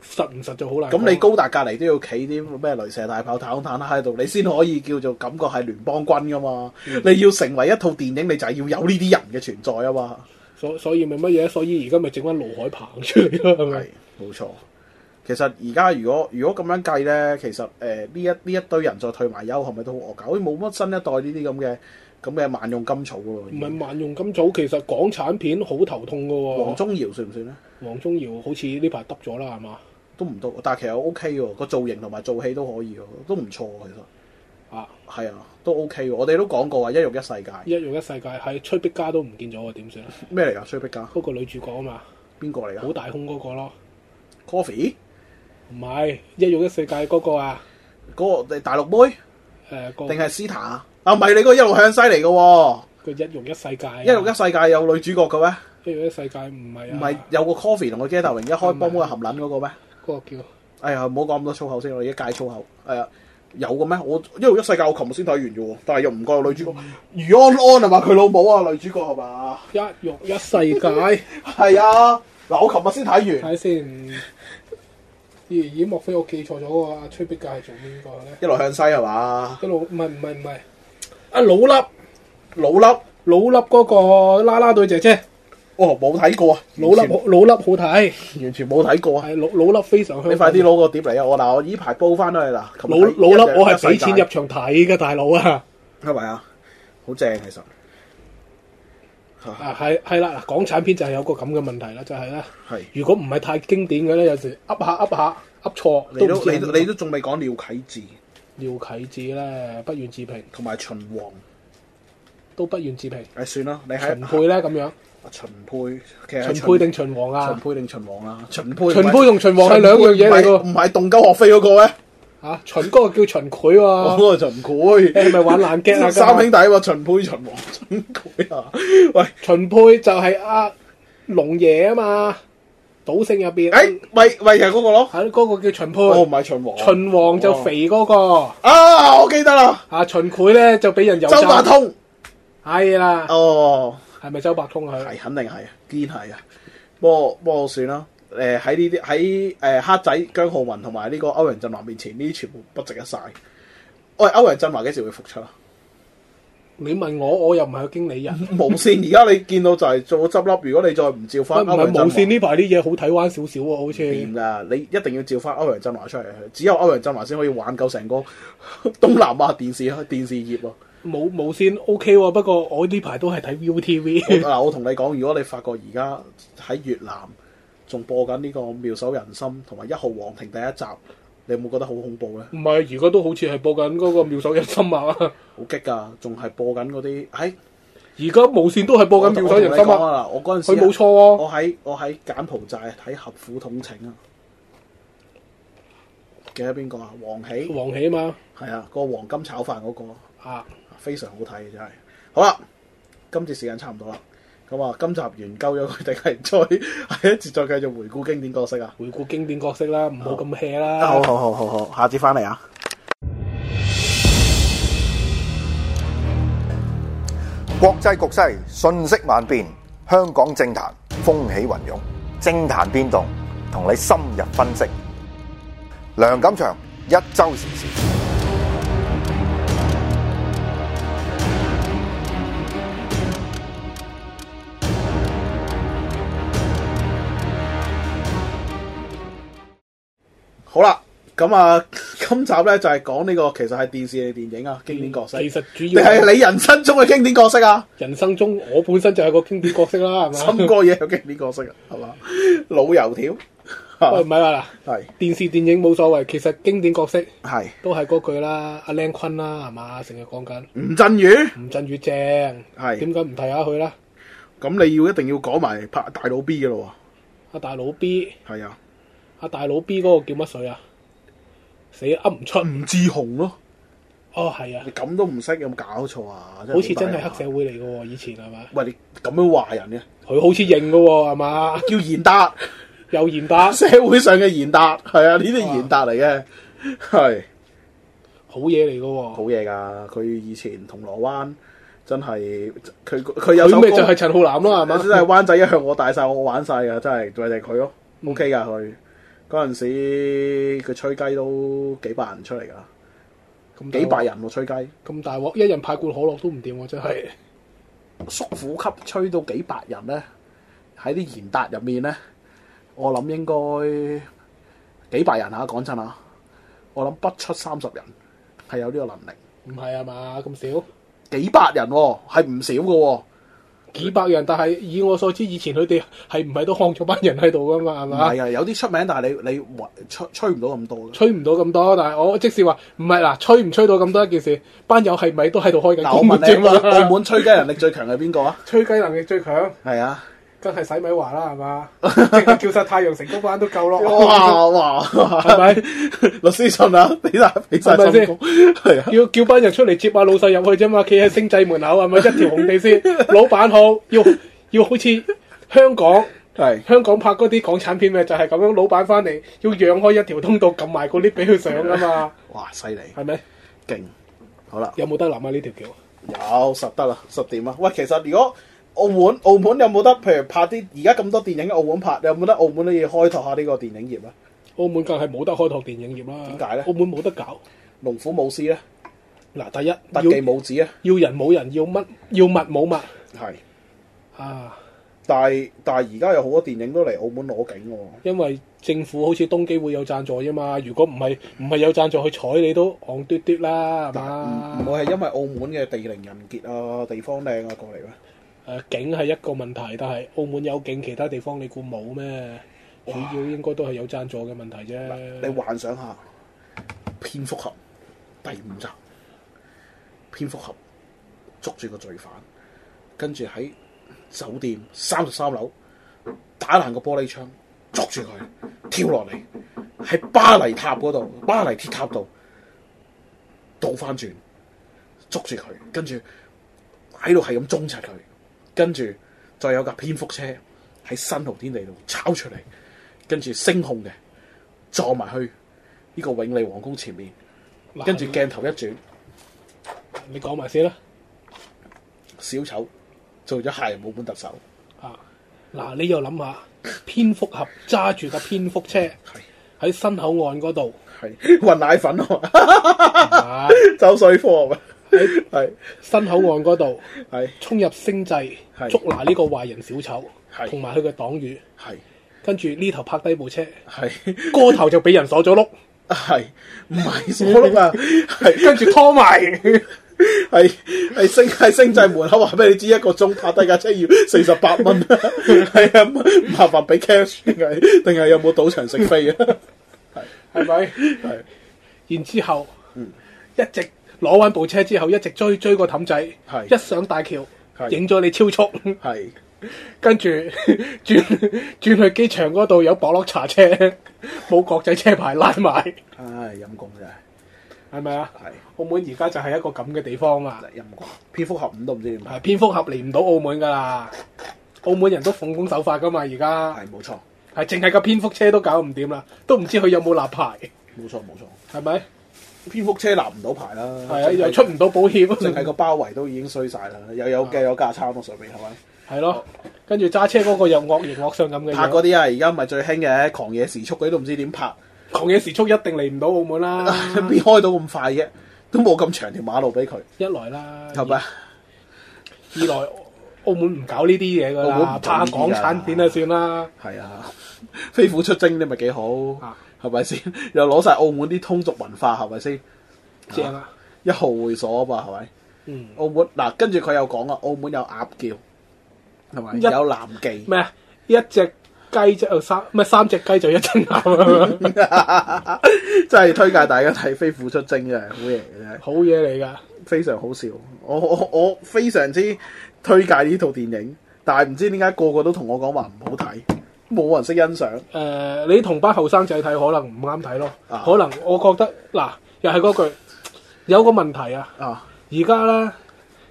實唔實就好難講。咁你高達隔離都要企啲咩雷射大炮、太空坦克喺度，你先可以叫做感覺係聯邦軍噶嘛。你要成為一套電影，你就係要有呢啲人嘅存在啊嘛。所所以咪乜嘢？所以而家咪整翻盧海鵬出嚟咯，係咪係？冇錯。其實而家如果如果咁樣計咧，其實誒呢、一呢一堆人再退埋休，係咪都好惡搞？好似冇乜新一代呢啲咁嘅咁嘅萬用甘草噶喎。唔係萬用咁早，其實港產片好頭痛噶喎、黃宗耀算唔算咧？黃宗耀好似呢排耷咗啦，係嘛？都唔多，但係其實 O K 喎，個造型同埋做戲都可以喎，都唔錯喎，其實啊！係啊，都 O K 喎。我哋都講過話一玉一世界一用一世界喺崔碧嘉都唔見咗喎，點算啊？ 咩嚟㗎？崔碧嘉嗰、個女主角啊嘛，邊個嚟㗎好大胸嗰個咯。 ？Coffee 唔係一育一世界嗰個啊，嗰個大陸妹誒、個定係 Sita 啊？唔係你嗰個一路向西嚟嘅喎，個一育一世界啊，一路一世界有女主角嘅咩？一育一世界唔係啊，唔係有個 Coffee 同個 g e t a 榮一開波唔係嗰個含撚嗰個咩？嗰個叫哎呀，唔好講咁多粗口先，我哋而家戒粗口。係啊，有嘅咩？我一路一世界我琴日先睇完啫喎，但係又唔覺有女主角。嗯余安安係嘛？佢老母啊，女主角係嘛？一育一世 界，係啊，嗱，我琴日先睇睇完，下先。咦咦，莫非我記錯咗喎？阿崔碧嘉係做邊個咧？一路向西係嘛？一路唔係唔係唔係，阿老粒老粒，老粒嗰個啦啦隊姐姐，哦，冇睇過啊，老粒好老粒好睇，完全完全冇睇過啊！係老老粒非常香。你快啲！攞個碟嚟啊！我嗱，我依排煲翻咗去啦。琴日老睇老粒我係俾一世界錢入場睇嘅大佬啊！係咪啊？好正其實，啊係係啦，嗱港產片就係有個咁嘅問題啦，就係咧。係如果唔係太經典嘅咧，有時噏下噏下噏錯你都都唔知你係都邊個你都仲未講廖啟智廖啟智咧，不願自評，同埋秦王，都不願自評。誒算啦，你喺秦沛咧咁樣，啊秦沛，其實係秦沛定秦王秦啊？沛定秦王啊？秦沛唔係秦沛同秦王係兩樣嘢嚟秦沛㗎唔係唔係動鳩學飛嗰個咩？嚇，啊秦嗰個叫秦檜 嗰喎，個秦檜哦你。係 咪玩爛 g 啊？ 三兄弟喎，秦沛、秦王、秦檜啊！喂，秦沛就係阿龍爺啊嘛，賭聖入邊，誒，咪咪哎就係嗰個咯。係嗰個叫秦沛，哦，唔係秦王。秦王就肥嗰個，啊！我記得啦，啊秦檜咧就俾人油周伯浸，通。係啦，哦，係咪周伯通啊？佢係肯定係，堅係啊！不過不過算啦。誒喺呢啲喺誒黑仔姜浩文同埋呢個歐陽振華面前，呢啲全部不值一晒。喂，歐陽振華幾時會復出啊？你問我，我又唔係個經理人。 無線而家你見到就係做咗執笠，如果你再唔照翻喂唔歐係陽振無線華，呢排啲嘢好睇彎少少喎，好似掂㗎！你一定要照翻歐陽振華出嚟，只有歐陽振華先可以挽救成個東南亞電視電視業啊！無無線 OK 喎，不過我呢排都係睇我 ViuTV，嗱，我同你講，如果你發覺而家喺越南仲播緊呢個《妙手仁心》同埋《一號皇庭》第一集，你有冇覺得好恐怖咧？唔係而家都好似係播緊嗰個妙手仁心啊，好激㗎，仲係播緊嗰啲喺而家無線都係播緊妙手仁我同你心講啊，啊！我嗰陣時佢冇錯喎，我喺我喺柬埔寨睇合府統請啊，記得邊個啊？黃喜黃喜啊嘛，係啊，個黃金炒飯嗰、個啊非常好睇嘅真係。好啦，今次時間差唔多啦，咁咁啊，今集研究咗 佢定係再下一節再繼續回顧經典角色啊？回顧經典角色啦，唔好咁 hea 啦。好好好好好，下次翻嚟啊！國際局勢瞬息萬變，香港政壇風起雲湧，政壇變動同你深入分析。梁錦祥一周時事。好啦，咁啊，今集咧就係講呢個其實係電視嘅電影啊，經典角色。嗯其實主定要係你人生中嘅經典角色啊？人生中我本身就係個經典角色啦，係森咪？哥嘢有經典角色啊，係嘛？老油條啊喂，唔係話嗱，係電視電影冇所謂，其實經典角色係都係嗰句啦，阿靚坤啦，係嘛？成日講緊吳鎮宇吳鎮宇正，點係解唔提下佢啦？咁，你要一定要講埋拍大佬 B 嘅咯阿大佬 B，喎，係啊，阿大佬 B 嗰個叫乜水啊？死噏唔出。吳志雄咯，哦，係啊你，咁都唔識有冇搞錯啊？好似真係黑社社會嚟嘅喎，以前係嘛？喂，你咁樣話人嘅，佢好似認嘅喎，係嘛？ 叫賢達， 又嚴打，社會上嘅賢達，係啊，呢啲賢達嚟嘅，係好嘢嚟嘅喎。好嘢㗎。佢以前銅鑼灣真係佢佢有首佢歌嗯咪就係陳浩南啦，係 嘛？真係灣仔一向我大晒，我玩晒㗎，真係就係佢咯，OK 嗯㗎佢。嗰陣時佢吹雞都幾百人出嚟㗎，咁大鑊幾百人喎吹雞，咁大鑊，一人派罐可樂都唔掂喎，真係。叔父級吹到幾百人咧，喺啲賢達入面咧，我諗應該幾百人啊！講真啊，我諗不出三十人係有呢個能力，唔係啊嘛，咁少幾百人喎係唔少㗎啊喎。幾百人，但係以我所知，以前佢哋係唔係都看咗班人喺度噶嘛，係唔嘛？係啊，有啲出名，但係你你吹吹唔到咁多㗎。吹唔到咁多，但係我即使話唔係嗱，吹唔吹到咁多一件事，班友係咪都喺度開緊嗱，我工問啫你，嘛？澳澳門吹雞能力最強係邊個啊？吹雞能力最強，係啊！梗係洗米華啦，係 嘛？即係叫晒太陽城嗰班都夠咯。哇哇，係係咪 律師信啊？俾晒俾晒係咪心先工，係啊！要叫班人出嚟接下老細入去啫嘛，企喺星際門口係咪一條紅地先？老闆好，要要好似香港係香港拍嗰啲港產片咪就係咁樣，老闆翻嚟要讓開一條通道，撳埋個 lift 俾佢上噶 嘛，哇，犀利係咪？勁！好啦，有冇得諗啊？呢條橋有實得啦，實點啊！喂，其實如果澳門澳門有冇得譬如拍啲而家咁多電影喺澳門拍，有冇得澳門可以開拓下呢個電影業啊？澳門梗係冇得開拓電影業啦。點解呢澳門冇得搞。龍虎武師咧，嗱，第一特技要武指咧，要人冇人，要乜要物冇物係。啊！但係但係而家有好多電影都嚟澳門攞景喎，因為政府好似東基會有贊助啫嘛，如果唔係唔係有贊助去睬你都戇嘟嘟啦，係嘛？唔會係因為澳門嘅地靈人傑啊、地方靚啊過嚟咩？誒、景係一個問題，但係澳門有景，其他地方你估冇咩？主要應該都係有贊助嘅問題啫。你幻想下蝙蝠俠第五集，蝙蝠俠捉住個罪犯，跟住喺酒店三十三樓打爛個玻璃窗，捉住佢跳落嚟，喺巴黎塔嗰度，巴黎鐵塔度倒翻轉，捉住佢，跟住喺度係咁中察佢，跟住再有架蝙蝠車喺新濠天地度抄出嚟，跟住聲控嘅。撞埋去呢個永利皇宮前面，嗱跟住鏡頭一轉，你講埋先啦。小丑做咗下人冇本特首，啊，嗱，你又諗下，蝙蝠俠揸住架蝙蝠車係喺新口岸嗰 度，係混奶粉啊嘛，啊 走水貨啊嘛，係新口岸嗰度係衝入星際係，捉拿呢個壞人小丑係，同埋佢嘅黨羽，係跟住呢頭拍低部車，係個頭就俾人鎖咗碌，係唔係所碌啊？係跟住拖埋。係係星係星際門口話俾你知，一個鐘拍低架車要四十八蚊，係啊，麻煩俾 cash 定係定係有冇賭場食飛啊？係咪？然之後，嗯一直攞翻部車之後，一直追追個氹仔，係一上大橋係影咗你超速， 係跟住轉轉去機場嗰度有博洛茶車， 冇國際車牌拉埋，唉陰公真係係咪啊？係澳門而家就係一個咁嘅地方啦啊真，係陰公，蝙蝠俠五都唔知點拍。係蝙蝠俠嚟唔到澳門㗎啦，澳門人都奉公守法噶嘛，而家係冇錯，係淨係個蝙蝠車都搞唔掂啦，都唔知佢有冇立牌，冇錯，冇錯。係咪？蝙蝠車立唔到牌啦，係啊，又出唔到保險，淨係個包圍都已經衰晒啦，又有嘅有架撐咯上面係咪？係咯，跟住揸車嗰個又惡形惡相咁嘅拍嗰樣，啲啊，而家咪最興嘅狂野時速嗰啲都唔知點拍，狂野時速一定嚟唔到澳門啦， 邊開到咁快嘅，都冇咁長條馬路俾佢，一來啦，係咪？二來澳門唔搞呢啲嘢噶澳門啦，唔做呢拍啲港㗎產片啊算啦，係啊，飛虎出征你咪幾好，啊係咪先？又攞晒澳門啲通俗文化係咪先？正啊，一號會所啊嘛係咪？嗯，澳門嗱，跟住佢又講啦，啊澳門有鴨叫，係咪？一有南記，咩啊？一隻雞就三，唔係三隻雞就一隻鴨啊， 真係推介大家睇《飛虎出征》真係好嘢嘅真係。好嘢嚟㗎。非常好笑，我我我非常之推介呢套電影，但係唔知點解個個都同我講話唔好睇，冇人識欣賞。誒、呃你同班後生仔睇可能唔啱睇咯，啊可能我覺得嗱，又係嗰句，有個問題啊，啊，而家咧，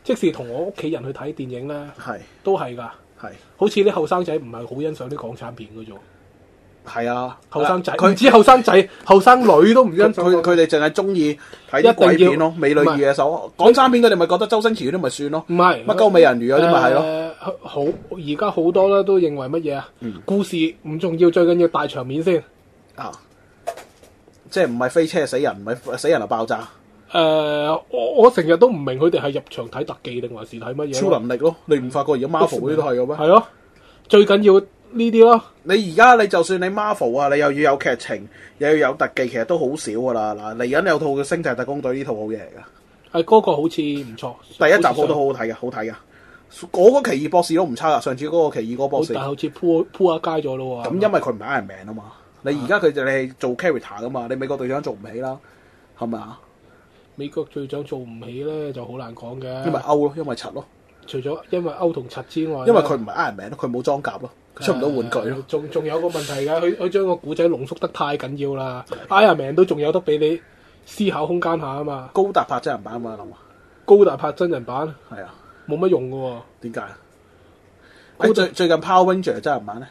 即使同我屋企人去睇電影咧，係都係㗎，係好似啲後生仔唔係好欣賞啲港產片嘅啫，係啊，後生仔，佢佢唔止後 生仔，後生女都唔欣佢賞佢港。佢哋淨係中意睇一定要啲鬼片咯，美女與野手。港產片佢哋咪覺得周星馳嗰啲咪算咯，唔係乜鳩美人魚嗰啲咪係咯。誒好而家好多咧都認為乜嘢啊？嗯故事唔重要，最緊要大場面先。誒、啊，即係唔係飛車死人，唔係死人就爆炸，呃我我成日都唔明佢哋係入場睇特技定還是睇乜嘢咯？超能力咯。你唔發覺而家 Marvel 嗰啲都係嘅咩？係咯，最緊要呢啲咯。你而家你就算你 Marvel 啊，你又要有劇情，又要有特技，其實都好少噶啦。嗱，嚟緊有套嘅《星際特工隊》呢套好嘢嚟噶，係嗰個好似唔錯，第一集好都好好睇嘅，好睇噶。嗰個奇異博士都唔差噶，上次嗰個奇異嗰個博好，士，但係咁好似鋪鋪下啊街咗咯喎。因為佢唔係 Iron Man 啊嘛。你而家佢就你係做 character 噶嘛，你美國隊長做唔起啦，係咪啊？美國隊長做唔起咧，就好難講嘅。因為歐咯，因為柒咯，除咗因為歐同柒之外呢，因為佢唔係 Iron Man 咯，佢冇裝甲咯，啊佢出唔到玩具咯誒。仲仲有個問題㗎，佢佢將個古仔濃縮得太緊要啦。Iron Man 都仲有得俾你思考空間下啊嘛。高達拍真人版啊嘛，諗啊，高達拍真人版係啊，冇乜用㗎點解啊？高達誒最最近 Power Ranger 真人版咧？喎。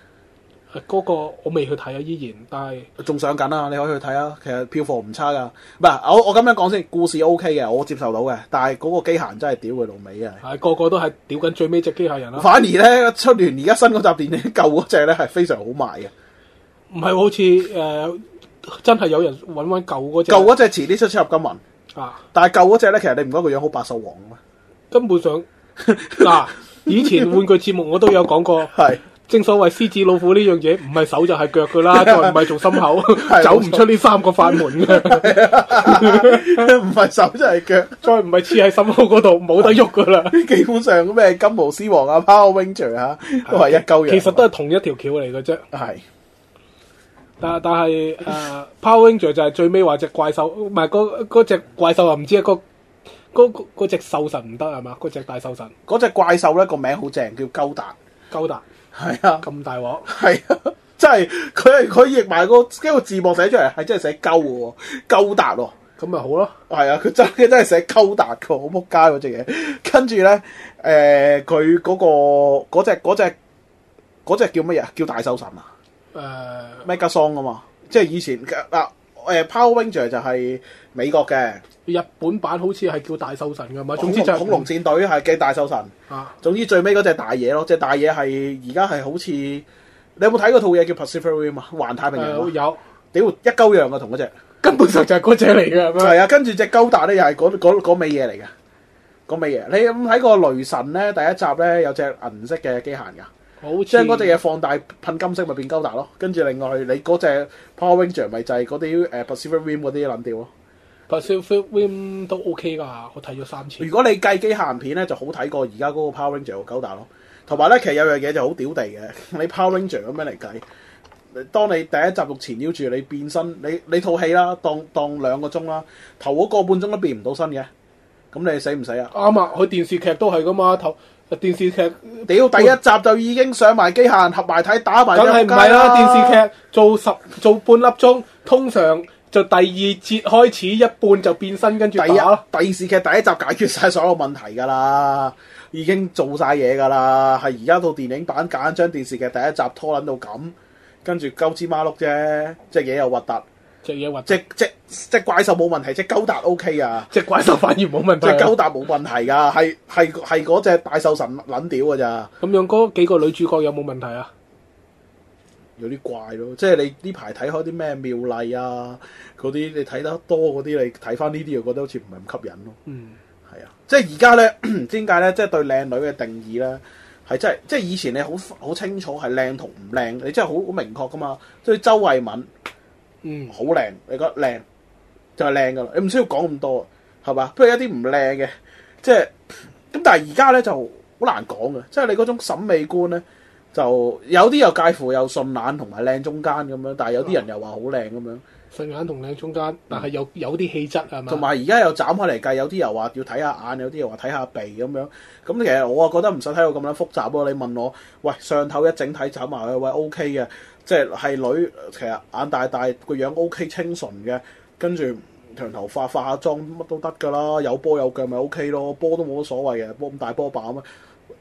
誒嗰個我未去睇啊，依然，但係仲上緊啊！你可以去睇啊，其實票房唔差噶。唔係，我我咁樣講先，故事 O K 嘅，我接受到嘅。但係嗰個機械人真係屌佢老味 啊！係個個都係屌緊最尾只機械人啦。反而咧，出完而家新嗰集電影舊嗰只咧係非常好 賣嘅，唔係喎好似誒、呃真係有人揾揾舊嗰只舊嗰只遲啲出出入金文，啊，但係舊嗰只咧其實你唔覺得個樣好白獸王啊嘛？根 本上嗱，以前玩具節目我都有講過，係 正所謂獅子老虎呢樣嘢，唔係手就係腳噶 啦，再唔係做心口，係啊走唔出呢三個法門嘅，唔係手真係腳？ 再唔係黐喺心口嗰度冇得喐噶啦。基本上咩金毛獅王啊、Power Ranger 啊，都係一鳩樣。其實都係同一條橋嚟嘅啫，係但但係誒、呃 Power Ranger 就係最尾話只怪獸，唔係嗰嗰只怪獸啊，唔知啊，嗰嗰嗰嗰只獸神唔得係嘛？嗰只大獸神嗰只怪獸咧個名好正，叫鳩達。高達係 啊。咁大鑊。係啊，真係佢係佢譯埋個跟個字幕寫出嚟係真係寫鳩嘅喎，鳩達喎，咁咪好咯，係啊，佢真佢真係寫鳩達嘅喎，好撲街嗰只嘢。跟住咧，誒佢嗰個嗰只嗰只嗰只叫乜嘢？叫大獸神啊誒、呃，Mega Song 啊嘛，即係以前嘅嗱誒 Power Ranger 就係美國嘅日本版好似係叫大獸神㗎嘛，恐啊總之就龍係恐龍戰隊係嘅大獸神。啊，總之最尾嗰只大嘢咯，只大嘢係而家係好似你有冇睇過套嘢叫 Pacific Rim 啊？環太平洋誒啊呃有屌一鳩樣啊，同嗰只。根本上就係嗰只嚟嘅，係咪？係啊，跟住只鳩達咧又係嗰嗰嗰味嘢嚟嘅，嗰味嘢。你有冇睇過雷神咧第一集咧有隻銀色嘅機械人㗎，好似將嗰隻嘢放大噴金色咪變鳩達咯。跟住另外你嗰只 Power Ranger 咪就係嗰啲誒 Pacific Rim 嗰啲撚調咯。 Pacific Rim 都 OK 㗎，我睇咗三次。如果你計機械人片咧，就好睇過而家嗰個 Power Ranger 個鳩達咯。同埋咧，其實有樣嘢就好屌地嘅， 你 Power Ranger 咁樣嚟計，當你第一集六前腰住你變身，你你套戲啦，當當兩個鐘啦，頭嗰個半鐘都變唔到身嘅，咁你死唔死啊？啱啊，佢電視劇都係㗎嘛，頭電視劇梗屌，第一集就已經上埋機械人合埋睇打埋，係唔係啦？電視劇做十做半粒鐘，通常就第二節開始一半就變身，跟住第打咯。一第視劇第一集解決晒所有問題㗎啦。已經做晒嘢㗎啦。係而家套電影版揀張電視劇第一集拖撚到咁，跟住鳩支馬碌啫，隻嘢又核突，隻嘢核，隻隻隻怪獸冇問題，隻鳩達 O K 啊。隻怪獸反而冇問隻題鳩啊。達冇問題㗎，係係係嗰只大獸神撚屌㗎咋。咁樣嗰幾個女主角有冇問題啊？有啲怪咯，即係你呢排睇開啲咩妙麗啊，嗰啲你睇得多嗰啲，你睇翻呢啲又覺得好似唔係咁吸引咯。嗯，係啊，即係而家咧， 唔知點解咧，即係對靚女嘅定義咧，係真係即係以前你好好清楚係靚同唔靚，你真係好好明確噶嘛。即係周慧敏好嗯，靚，你覺得靚就係靚噶啦，你唔需要講咁多，係嘛？不如一啲唔靚嘅，即係咁，但係而家咧就好難講嘅，即係你嗰種審美觀咧。就有啲又介乎又順眼同埋靚中間咁樣，但係有啲人又話好靚咁樣，順眼同靚中間，但係有有啲氣質啊係嘛？同埋而家又斬開嚟計，有啲又話要睇下眼，有啲又話睇下鼻咁樣。咁其實我啊覺得唔使睇到咁樣複雜咯。你問我，喂上頭一整體斬埋去，喂 O K 嘅，即係係女其實眼大大個樣 O、k 清純嘅，跟住長頭髮化下妝乜都得㗎啦，有波有腳咪 O K 咯，波都冇乜所謂嘅，波咁大波霸咁，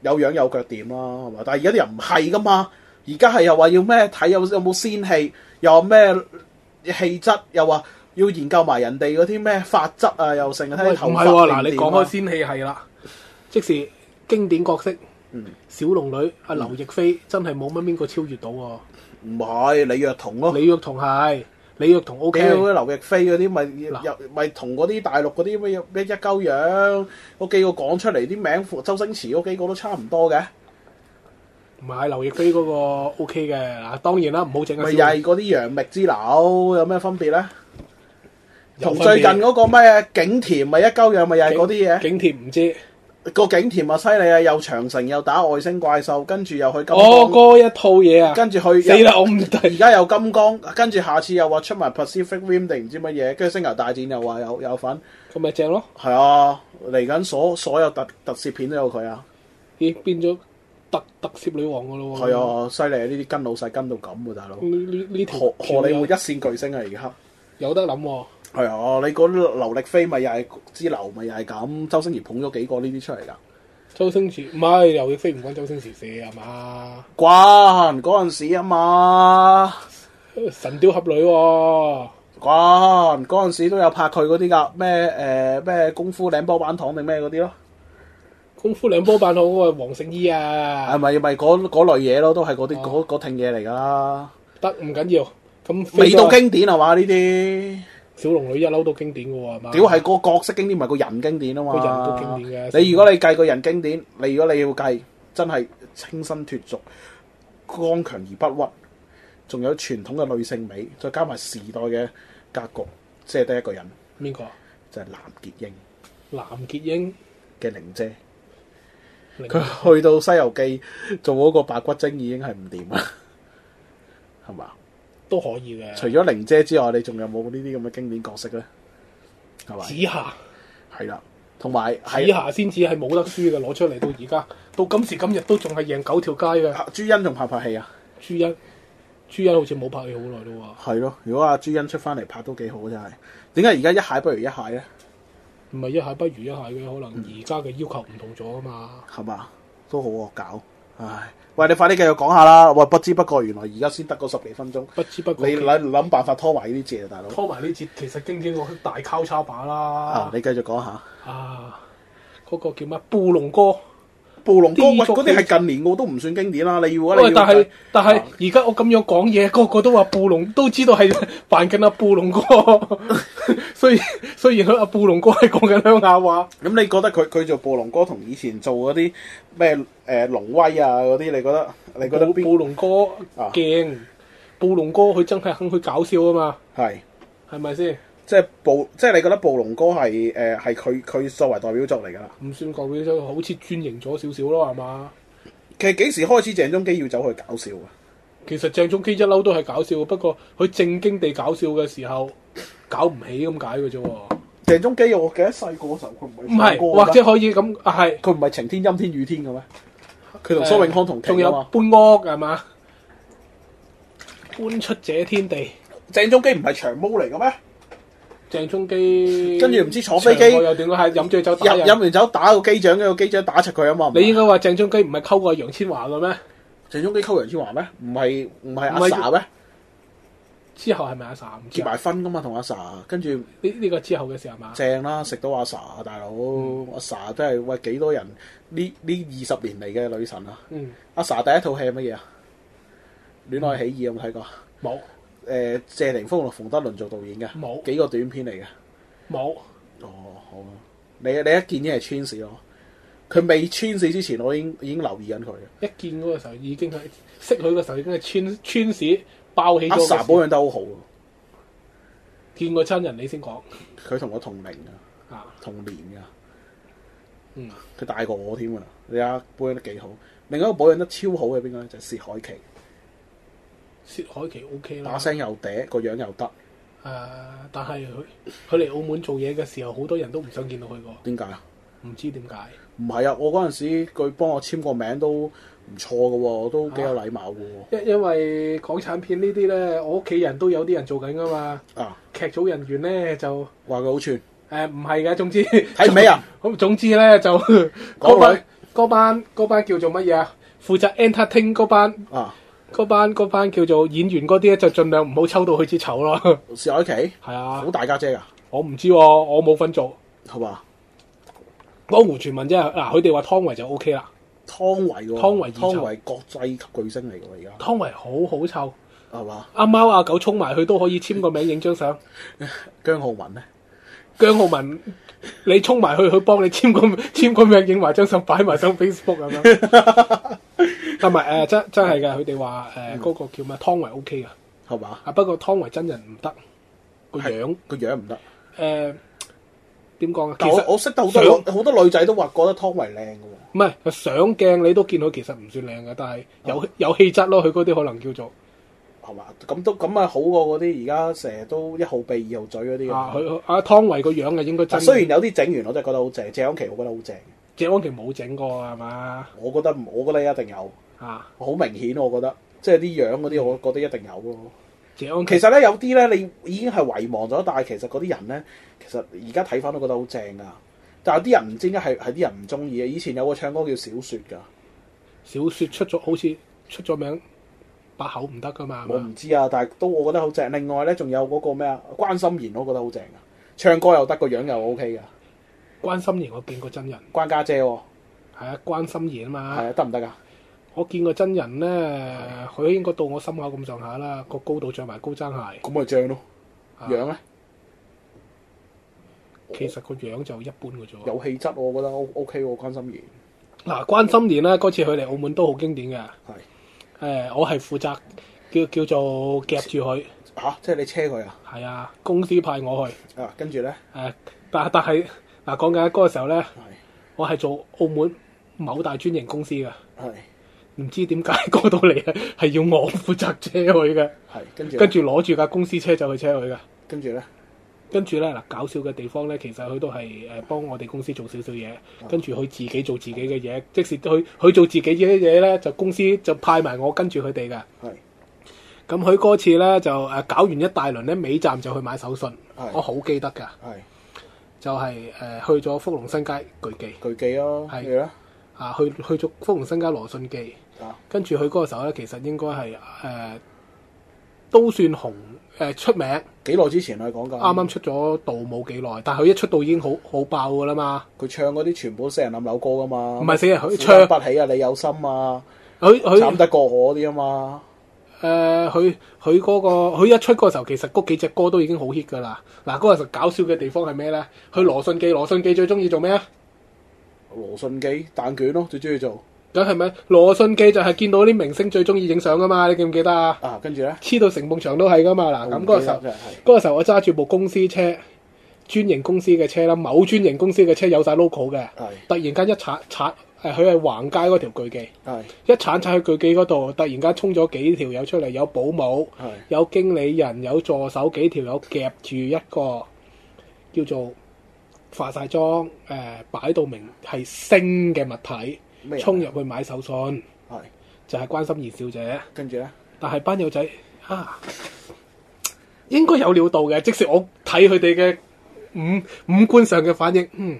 有樣有腳點啦，啊係嘛？但係而家啲人唔係㗎嘛，而家係又話要咩睇有有冇仙氣，又話咩氣質，又話。要研究埋人哋嗰啲咩法則啊，又成日睇喂啲唔頭髮係喎，嗱，定你點啊講開仙氣係啦，即是經典角色嗯，小龍女阿劉亦菲真係冇乜邊個超越到喎。唔係李若彤咯，李若彤係，李若彤 O 哦屌 K，劉亦菲嗰啲咪嗱又咪同嗰啲大陸嗰啲咩一一鳩樣，嗰幾個講出嚟啲名，周星馳嗰幾個都差唔多嘅，唔係劉亦菲嗰個 O K 嘅嗱，當然啦，唔好整咪啊又係嗰啲楊冪之流，有咩分別咧？有同分別最近嗰個咩景甜咪一鳩樣，咪又係嗰啲景甜唔知，嘢，個景甜啊犀利啊，又長城又打外星怪獸，跟住又去金哦剛，嗰一套嘢啊，啊跟住去死啦，我唔而得，家有金剛，跟住下次又話出埋 Pacific Rim 定唔知乜嘢，跟住星球大戰又話有有份。咁咪正咯，係啊，嚟緊所所有特特攝片都有佢啊，咦變咗特特攝女王噶咯喎，係，啊，犀利啊！呢啲跟老細跟到咁嘅大佬，呢呢呢條荷荷里活有一線巨星啊，而家有得諗喎，係啊，你嗰啲劉力飛咪又係之流，咪又係咁，周星馳捧咗幾個呢啲出嚟㗎。周星馳唔係劉亦菲唔關周星馳事係嘛？關嗰陣時啊嘛，神雕俠侶喎，關嗰陣時都有拍佢嗰啲㗎，咩誒咩功夫領波板糖定咩嗰啲咯，功夫兩波扮好嗰個黃聖依係啊，咪咪嗰嗰類嘢咯，都係嗰啲哦嗰嗰挺嘢嚟㗎啦，得唔緊要，咁未到飛咗經典係嘛呢啲。小龍女一嬲到經典嘅喎係嘛？屌係個角色經典，唔係個人經典啊嘛。啊個人都經典嘅你如果你計個人經典，你如果你要計，真係清新脱俗、剛強而不屈，仲有傳統嘅女性美，再加埋時代嘅格局，即係得一個人，邊個啊？就係、藍潔瑛藍潔瑛。嘅玲姐。另佢去到《西遊記》做嗰個白骨精已經係唔掂啦，係嘛？都可以嘅。除咗玲姐之外，你仲有冇呢啲咁嘅經典角色咧？係咪？紫霞，係啦，同埋紫係啊霞先至係冇得輸嘅，攞出嚟到而家，到今時今日都仲係贏九條街嘅。朱茵仲拍唔拍戲啊？朱茵，朱茵好似冇拍戲好耐咯係咯，如果阿朱茵出翻嚟拍都幾好，真係。點解而家一蟹不如一蟹咧？喎，唔係一下不如一下嘅，可能嗯而家嘅要求唔同咗啊嘛。係嘛，都好惡搞。唉，喂，你快啲繼續講下啦。喂，不知不覺原來而家先得嗰十幾分鐘，不知不你覺，諗諗辦法拖埋呢啲節啊，大佬。拖埋呢節，其實經典角色大交叉把啊啦，。你繼續講下。啊，嗰個叫咩？暴龍哥。暴龍哥，喂，啲作嗰啲係近年我都唔算經典啦。你如果你喂，要但係但係啊而家我咁樣講嘢，個個都話暴龍，都知道係扮緊阿暴龍哥。 雖然雖然佢阿暴龍哥係講緊鄉下話。咁，你覺得佢佢做暴龍哥同以前做嗰啲咩誒龍威啊嗰啲，你覺得你覺得暴邊暴龍哥啊勁，暴龍哥佢真係肯去搞笑啊嘛，係？係咪先？即係暴，即係你覺得暴龍哥係誒係佢佢作為代表作嚟㗎啦。唔算代表咗，好似轉型咗少少咯，係嘛？其實幾時開始鄭中基要走去搞笑啊？其實鄭中基一嬲都係搞笑，不過佢正經地搞笑嘅時候搞唔起咁解嘅啫喎。鄭中基我記得細個嗰時候佢唔唔係唱歌係，㗎或者可以咁啊係。佢唔係晴天陰天雨天嘅咩？佢同蘇永康同期仲啊有嘛。搬屋係嘛？搬出這天地，鄭中基唔係長毛嚟嘅咩？鄭中基跟住唔知坐飛機長過又點解啊係飲醉酒打飲飲人？完酒打個機長，跟住個機長打柒佢啊嘛。唔係你應該話鄭中基唔係溝過楊千嬅嘅咩？鄭中基溝楊千嬅咩？唔係唔係阿唔係 sa 咩？之後係咪阿 Sa 唔知結啊埋婚噶嘛，同阿 sa，跟住呢呢個之後嘅事係嘛？正啦，食到阿 sa 大佬，嗯阿 sa 真係喂幾多人呢呢二十年嚟嘅女神啊！嗯，阿 sa 第一套戲係乜嘢啊？戀愛起義有冇睇過？啊冇誒、謝霆鋒同馮德倫做導演嘅，冇幾個短片嚟嘅。冇，哦，好啊！你你一見已經係 Twins 咯，佢未 Twins 之前，我已經已經留意緊佢嘅。一見嗰個時候已經係識佢嘅時候已經係穿穿屎爆起阿咗 sa 個保事。養得好啊好喎，見過親人你先講佢同我同齡啊，啊，同年㗎。嗯，佢大過我添啊！你睇下保養得幾好。另一個保養得超好嘅邊個咧？就係、薛凱琪，薛凱琪 O K 啦把。聲又嗲，個樣又得。誒、但係佢佢嚟澳門做嘢嘅時候，好多人都唔想見到佢個，點解啊？唔知點解。唔係啊！我嗰陣時佢幫我簽個名都唔錯嘅喎，都幾有啊禮貌嘅因因為港產片呢啲咧，我屋企人都有啲人做緊噶嘛。喎。啊，劇組人員咧就話佢好串，誒唔係嘅，總 之睇唔起 啊？咁總之 咧就港嗰女班嗰班嗰班叫做乜嘢啊？負責 entertain 嗰班啊，嗰班嗰班叫做演員嗰啲咧，就盡量唔好抽到佢支醜咯。 薛凱琪係啊好，大家姐㗎，我唔知喎、我冇份做。係嘛？江湖傳聞啫，嗱佢哋話湯唯就 O K 啦，湯唯喎，湯唯二湯臭唯國際級巨星嚟㗎喎，而家湯唯好好臭，係嘛？阿貓阿狗衝埋去都可以簽個名影張相。姜浩文咧，姜浩文，你衝埋去，佢幫你簽個 簽個名，影埋張相，擺埋上 Facebook 咁樣。 同埋誒，真真係嘅，佢哋話誒嗰個叫咩湯唯 O K 噶，係嘛？啊不過湯唯真人唔得個係樣個樣唔得。誒點講啊？其但我實我識得好多想女好多女仔都話覺得湯唯靚㗎喎。唔係相鏡，你都見佢其實唔算靚嘅，但係啊有有氣質咯。佢嗰啲可能叫做係嘛？咁都咁啊，好過嗰啲而家成日都一號鼻二號嘴嗰啲啊，嘅。佢阿湯唯個樣啊係應該真但嘅。雖然有啲整完，我真係覺得好正。謝安琪我覺得好正，謝安琪冇整過係嘛我覺得唔我覺得一定有，啊？好明顯我覺得，即係啲樣嗰啲，我覺得一定有咯。謝安其琪實咧有啲咧，你已經係遺忘咗，但係其實嗰啲人咧，其實而家睇翻都覺得好正噶。但有啲人唔知點解係係啲人唔中意嘅。以前有個唱歌叫小雪㗎，小説出咗好似出咗名，把口唔得噶嘛。係嘛我唔知啊，但係都我覺得好正。另外咧，仲有嗰個咩啊，關心妍，我覺得好正㗎，唱歌又得，個樣又 OK 㗎。關心妍我見過真人，關家姐喎，係啊關心妍啊係嘛，啊，得唔得㗎？我見過真人咧，佢應該到我心口咁上下啦，個高度着埋高踭鞋，咁咪正咯。啊樣咧其實個樣就一般嘅啫喎。有氣質，我覺得 O O K 喎，關心妍嗱關心妍咧，嗰次佢嚟澳門都好經典嘅，誒、係我係負責叫叫做夾住佢，嚇、即係你車佢啊係啊公司派我去，誒、啊，跟住咧但但係嗱講緊嗰個時候咧，係我係做澳門某大專營公司嘅，係唔知點解過到嚟啊係要我負責車佢嘅，係跟住呢跟住攞住架公司車就去車佢嘅。跟住咧跟住咧嗱，搞笑嘅地方咧，其實佢都係誒幫我哋公司做少少嘢，跟住佢自己做自己嘅嘢，即使佢佢做自己嘅嘢咧，就公司就派埋我跟住佢哋嘅。係咁佢嗰次咧就誒搞完一大輪咧，尾站就去買手信，係我好記得㗎，係就係、誒去咗福隆新街巨記巨記咯，係跟住咧啊，去去咗福隆新街羅信記，啊跟住佢嗰個時候咧，其實應該係誒、都算紅誒、出名，啱幾耐之前啊講緊，啱出咗道冇幾耐，但係佢一出道已經好好爆㗎啦嘛。佢唱嗰啲全部都死人冧樓歌噶嘛，唔係死人，佢負擔唱不起啊，你有心啊，佢慘佢得過我啲啊嘛，誒佢佢嗰個佢一出嗰個時候，其實嗰幾隻歌都已經好 hit 㗎啦。嗱，嗰個時候搞笑嘅地方係咩咧？佢羅信記，羅信記最中意做咩啊？羅信記蛋卷咯，最中意做咁係咪羅信記就係見到啲明星最中意影相㗎嘛？你記唔記得啊？啊，跟住咧黐到成埲牆都係㗎嘛！嗱，啊咁我唔嗰個記時候，得嗰真係係個時候我揸住部公司車，專營公司嘅車啦，某專營公司嘅車有晒 logo 嘅，係突然間一鏟鏟誒，佢係橫街嗰條巨記，係一鏟鏟去巨記嗰度，突然間衝咗幾條友出嚟，有保姆。係有經理人，有助手，幾條友夾住一個叫做化晒妝，誒、擺到明係星嘅物體，咩人啊衝入去買手信，係就係、關心妍小姐。跟住咧但係班友仔啊，應該有料到嘅，即使我睇佢哋嘅五五官上嘅反應，嗯，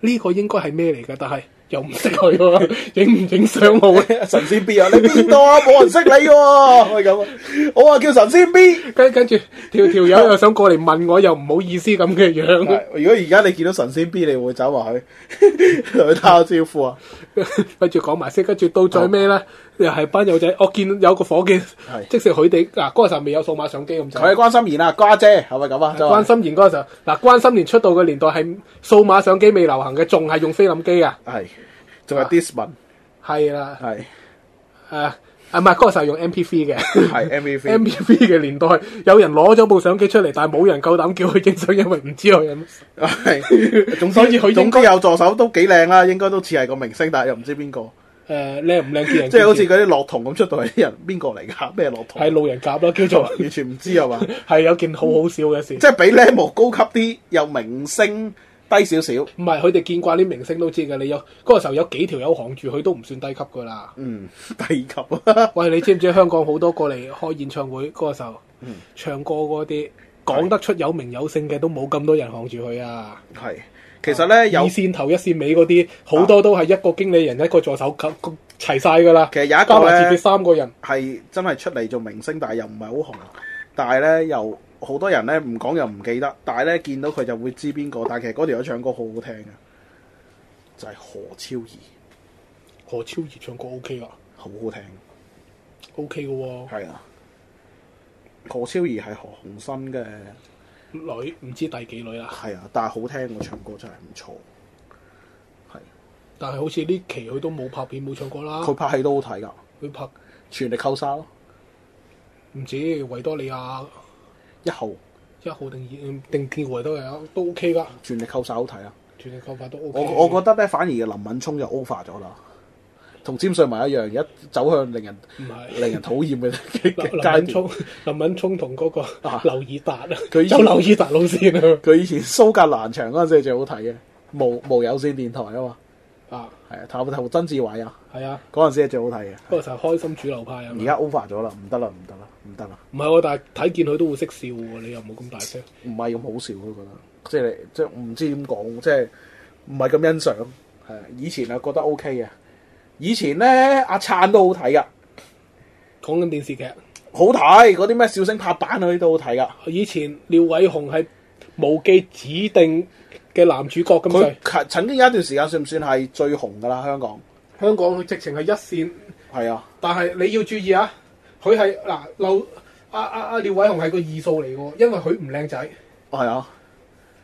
呢、個應該係咩嚟㗎？但係又唔識佢喎，影唔影相好 咧？神仙 B 啊！你邊個啊？冇人識你喎，係咁啊！我話叫神仙 B。跟跟住條條友又想過嚟問我，又唔好意思咁嘅樣。啊如果而家你見到神仙 B，你會走埋去 同佢打個招呼啊？ 跟住講埋先，跟住到最尾咧，又係班友仔，我見有個伙計，即使佢哋嗱嗰陣時候未有數碼相機咁佢係滯。關心妍啊，家姐係咪咁啊？就話關心妍嗰陣時候，嗱關心妍出道嘅年代係數碼相機未流行嘅，仲係用菲林機啊，係，仲有 Disman 係啦，係誒啊唔係嗰陣時候用 MP3 嘅。係 MVP。 MVP 嘅年代，有人攞咗部相機出嚟，但係冇人夠膽叫佢影相，因為唔知 佢有乜係，總之所以佢總應該之有助手都幾靚啦，應該都似係個明星，但係又唔知邊個，誒靚唔靚見人見智，即係好似嗰啲樂童咁出到嚟啲人邊個嚟 㗎？咩樂童？啊係路人甲咯，叫做完全唔知係嘛？係有件好好笑嘅事。即係比 level 高級啲，又明星低少少。唔係佢哋見慣啲明星都知嘅，你有嗰個時候有幾條友行住佢都唔算低級噶啦。嗯， 低級啊！喂，你知唔知香港好多過嚟開演唱會嗰個時候，嗯唱歌嗰啲講得出有名有姓嘅都冇咁多人行住佢啊！係，其實咧有二線頭一線尾嗰啲好多都係一個經理人一個助手咁咁齊晒噶啦，其實有一個加埋自咧己三個人。係真係出嚟做明星，但係又唔係好紅，但係咧又好多人咧唔講又唔記得，但係咧見到佢就會知邊個。但係其實嗰條友唱歌好好聽嘅，就係、何超儀，何哦超儀唱歌 OK 啊好好聽。 ，OK 嘅喎、係啊，何超儀係何鴻燊嘅，女唔知第幾女啦，係啊，但係好聽喎，唱歌真係唔錯。係，但係好似呢期佢都冇拍片冇唱歌啦佢，拍戲都好睇㗎，佢拍全力扣殺咯，唔止維多利亞一號一號定二嗯定見維多利亞都 OK 噶，全力扣殺好睇啊！全力購法都 OK。我我覺得咧，反而林敏聰就 over 咗啦，同詹瑞文一樣，而家走向令人唔係令人討 厭嘅嘅林階段林敏。聰，林敏聰同嗰個啊劉以達啊，佢以走劉以達路啊線佢以前蘇格蘭場嗰陣時係最好睇嘅，無無有線電台啊嘛，啊，啊係啊，頭頭曾志偉啊，係啊，嗰陣時係最好睇嘅。嗰個時候開心主流派啊而嘛，家 over 咗啦，唔得啦，唔得啦，唔得啦，唔係喎，但係睇見佢都會識笑喎，你又冇咁大聲，唔係咁好笑咯，我覺得即係即係唔知點講，即係唔係咁欣賞。係啊以前啊覺得 OK 嘅，以前咧阿燦都好睇噶，講緊電視劇。好睇嗰啲咩笑聲拍板嗰啲都好睇噶。以前廖偉雄係無記指定嘅男主角咁佢滯，曾曾經有一段時間算唔算係最紅噶啦？香港香港佢直情係一線，係啊，但係你要注意啊，佢係嗱劉阿阿阿廖偉雄係個二數嚟嘅喎，因為佢唔靚仔，係啊，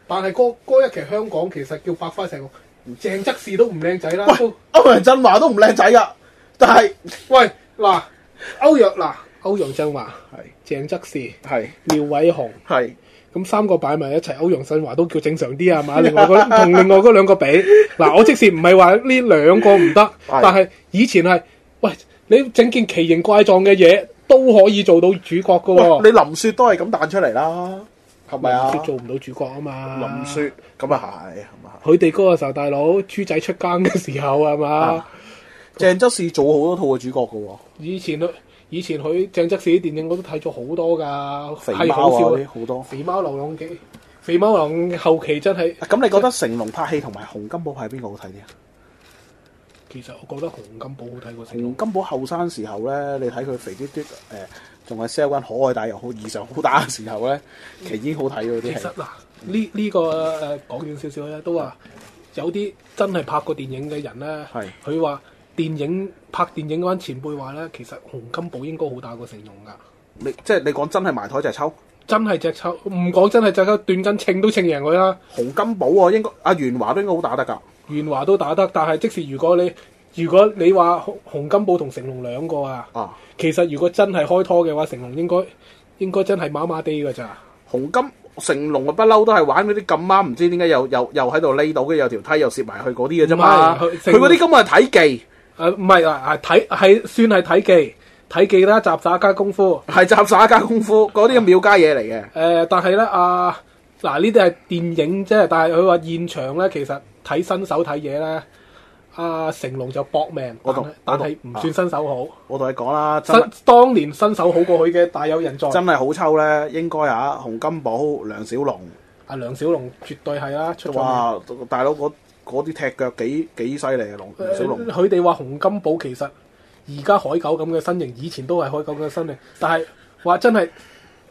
但係嗰嗰一期香港其實叫百花成紅，鄭則仕都唔靚仔啦，喂都，歐陽振華都唔靚仔噶，但係喂嗱歐陽嗱歐陽振華、係鄭則仕、係廖偉雄。係咁三個擺埋一齊，歐陽振華都叫正常啲啊係 嘛？另外嗰同另外嗰兩個比，嗱，我即使唔係話呢兩個唔得，但 係以前係，喂，你整件奇形怪狀嘅嘢都可以做到主角噶喂，喎，你林雪都係咁彈出嚟啦，係咪啊？林雪做唔到主角啊嘛，林，雪咁啊係，係嘛？佢哋嗰個時候大佬豬仔出更嘅時候係嘛啊？鄭則仕做好多套嘅主角嘅喎，以前佢以前佢鄭則仕啲電影我都睇咗好多㗎，肥係貓好啊笑嗰啲啊，好多。肥貓流浪記，肥貓流浪記後期真係。啊咁你覺得成龍拍戲同埋洪金寶係邊個好睇啲啊？其實我覺得洪金寶好睇過成龍洪。金寶後生時候咧，你睇佢肥嘟嘟誒，仲係 sell 緊可愛但又好異常好打嘅時候咧，其實已經好睇嗰其啲戲實。嗱，呢呢、個誒講遠少少咧，都話有啲真係拍過電影嘅人咧係，佢話電影拍電影嗰班前輩話咧，其實洪金寶應該好打過成龍噶，你即係你講真係埋台就係抽真係隻抽，唔講真係隻抽，斷根稱都稱贏佢啦。洪金寶喎、應該阿袁華都應該好打得㗎。袁華都打得，但係即使如果你如果你話洪洪金寶同成龍兩個啊，啊，其實如果真係開拖嘅話，成龍應該應該真係麻麻地㗎咋。洪金成龍啊，不嬲都係玩嗰啲咁啱，唔知點解又又又喺度匿到，跟住有條梯又攝埋去嗰啲嘅啫嘛。唔係佢佢嗰啲根本係睇技，誒唔係啊，係睇係算係睇技，睇技啦，雜耍加功夫。係雜耍加功夫，嗰啲係廟街嘢嚟嘅。誒、但係咧啊，嗱呢啲係電影啫，但係佢話現場咧，其實睇新手睇嘢咧，啊成龍就搏命，我同但我同啊係但係唔算新手我同你講啦，好，真新當年新手好過佢嘅大有人在，真係好抽咧，應該啊，洪金寶、梁小龍、阿梁小龍絕對係啦，出咗名。哇！大佬嗰嗰啲踢腳幾幾犀利啊！龍誒小龍佢哋話洪金寶其實而家海狗咁嘅身形，以前都係海狗咁嘅身形，但係話真係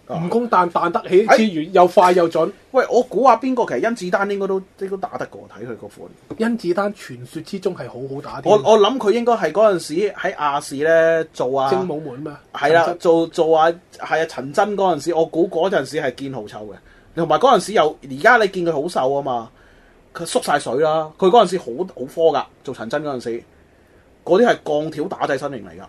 啊蜈蚣彈彈得起哎之餘，又快又準。喂，我估下邊個其實甄子丹應該都應該打得過，睇佢個款。甄子丹傳說之中係好好打我啲，我諗佢應該係嗰陣時喺亞視咧做啊，精武門嘛，係啦，做做啊係啊陳真嗰陣時，我估嗰陣時係見好臭嘅，同埋嗰陣時又而家你見佢好瘦啊嘛，佢縮晒水啦，佢嗰陣時好好科噶，做陳真嗰陣時，嗰啲係鋼條打仔身形嚟㗎。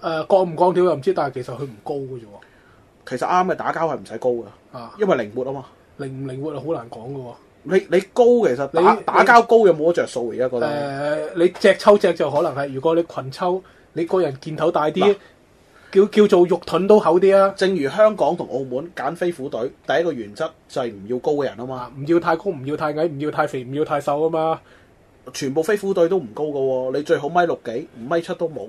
誒降唔降跳又唔知，但係其實佢唔高嘅啫喎，其實啱嘅打交係唔使高㗎，啊因為靈活啊嘛。靈唔靈活啊好難講嘅喎。你你高其實打你打交高有冇得着數而家覺誒、得？你隻抽隻就可能係，如果你群抽，你個人件頭大啲嗱，叫叫做肉盾都厚啲啊！正如香港同澳門揀飛虎隊，第一個原則就係唔要高嘅人啊嘛。啊，唔要太高，唔要太矮，唔要太肥，唔要太瘦啊嘛！啊全部飛虎隊都唔高嘅喎，你最好米六幾，五米七都冇，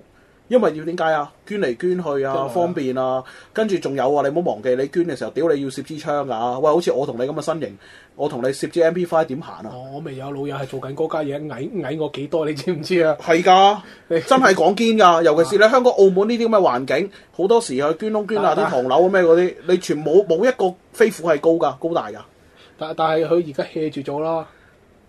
因為要點解啊？捐嚟捐去真係啊，啊方便啊，跟住仲有啊，你唔好忘記你捐嘅時候，屌你要攝支槍㗎，喂，好似我同你咁嘅身形，我同你攝支 MP5 點行啊？哦我我未有老友係做緊嗰家嘢，矮矮我幾多，你知唔知啊？係㗎，你真係講堅㗎，尤其是你香港、澳門呢啲咁嘅環境，好多時去捐窿捐罅但啲唐樓啊咩嗰啲，你全冇冇一個飛虎係高㗎，高大㗎。但但係佢而家 hea 住咗啦，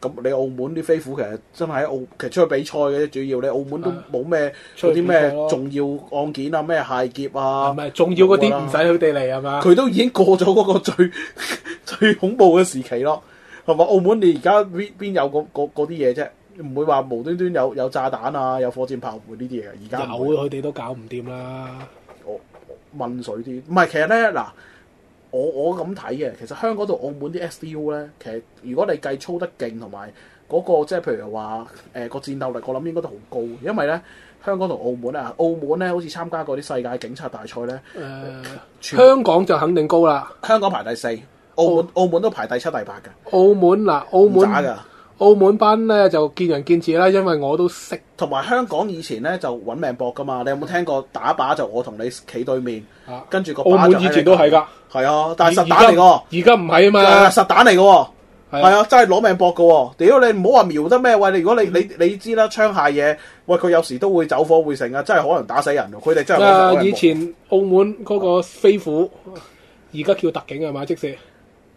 咁你澳門啲飛虎其實真係喺澳，其實出去比賽嘅啫，主要你澳門都冇咩啊出嗰去啲比賽咯咩重要案件啊，咩械劫啊，唔係重要嗰啲唔使佢哋嚟係嘛？佢都已經過咗嗰個最 最恐怖嘅時期咯，係咪？澳門你而家邊邊有嗰嗰嗰啲嘢啫？唔會話無端端有有炸彈啊，有火箭炮會呢啲嘢嘅。而有啊家唔會佢哋都搞唔掂啦。問水啲，唔係其實咧嗱，我我咁睇嘅，其實香港同澳門啲 SDU 咧，其實如果你計操得勁同埋嗰個即係譬如話誒個戰鬥力，我諗應該都好高，因為咧香港同澳門啊，澳門咧好似參加過啲世界警察大賽咧，誒、全香港就肯定高啦，香港排第四，澳門澳門都排第七第八㗎，澳門嗱，澳唔渣㗎門。澳門班咧就見仁見智啦，因為我都識。同埋香港以前咧就揾命搏噶嘛，你有冇聽過打靶就我同你企對面，啊跟住個澳靶就門喺以你前都係㗎，係啊，但係實而打嚟㗎而家唔係啊喎，嘛係。實打嚟㗎喎。係係啊，真係攞命搏㗎喎！屌你唔好話瞄得咩喂！你如果嗯你你你知啦，槍械嘢，喂佢有時都會走火會成啊，真係可能打死人喎！佢哋真係攞啊攞！命以搏前澳門嗰個飛虎，而家叫特警係嘛？即使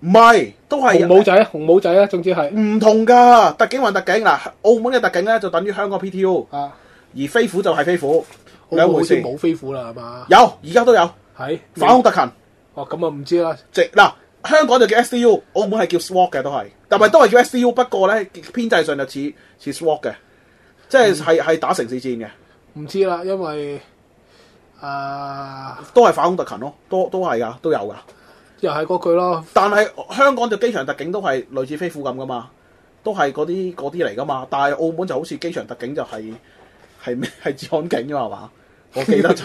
唔係都係紅帽仔、紅帽仔啊，總之係唔同㗎，特警還特警嗱，澳門嘅特警咧就等於香港 PTU，啊，而飛虎就係飛虎，澳兩門好回似事。冇飛虎啦，係嘛？有而家都有係反恐特勤，哦，咁啊唔知啦。直嗱香港就叫 SDU，澳門係叫 SWAT 嘅都係，但係都係叫 SDU，不過咧編制上就似似 SWAT 嘅，即嗯係係係打城市戰嘅。唔知啦，因為啊，都係反恐特勤咯，都都係噶，都有噶。又係嗰句咯，但係香港嘅機場特警都係類似飛虎咁噶嘛，都係嗰啲嗰啲嚟噶嘛。但係澳門就好似機場特警就係係咩係治安警㗎嘛，我記得就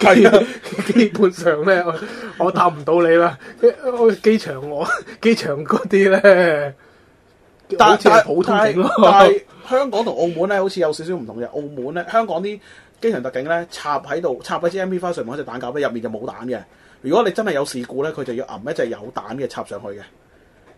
係啊。 基本上咧，我我答唔到你啦。我機場我 機場嗰啲咧，但好似但係普通但警係咯。但係香港同澳門咧，好似有少少唔同嘅。澳門咧，香港啲機場特警咧插喺度，插喺支 MP5 上面嗰隻彈夾咧，入面就冇彈嘅。如果你真係有事故咧，佢就要揞一隻有彈嘅插上去嘅。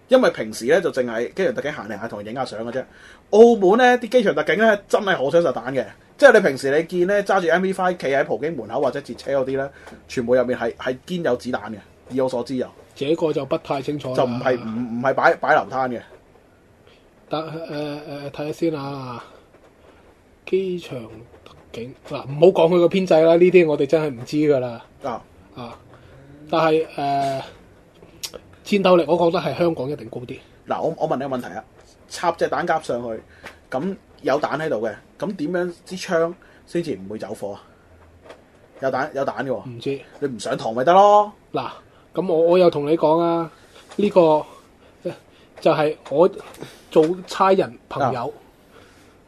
因為平時咧就淨係機場特警行嚟行去同人影下相嘅啫。澳門咧啲機場特警咧真係荷槍實彈嘅，即係你平時你見咧揸住 MP5 企喺葡京門口或者截車嗰啲咧，全部入面係係堅有子彈嘅。以我所知有， 這個就不太清楚啦就唔係唔唔係擺擺流灘嘅。但誒誒睇下先啊，機場特警嗱，唔好講佢個編制啦，呢啲我哋真係唔知噶啦啊，啊！但係誒、呃、戰鬥力，我覺得係香港一定高啲。嗱，我我問你個問題啊，插隻彈夾上去，咁有彈喺度嘅，咁點樣支槍先至唔會走火啊？有彈有彈嘅喎，唔知你唔上堂咪得咯？嗱，咁我我又同你講啊，呢、個呃就係我做差人朋友，啊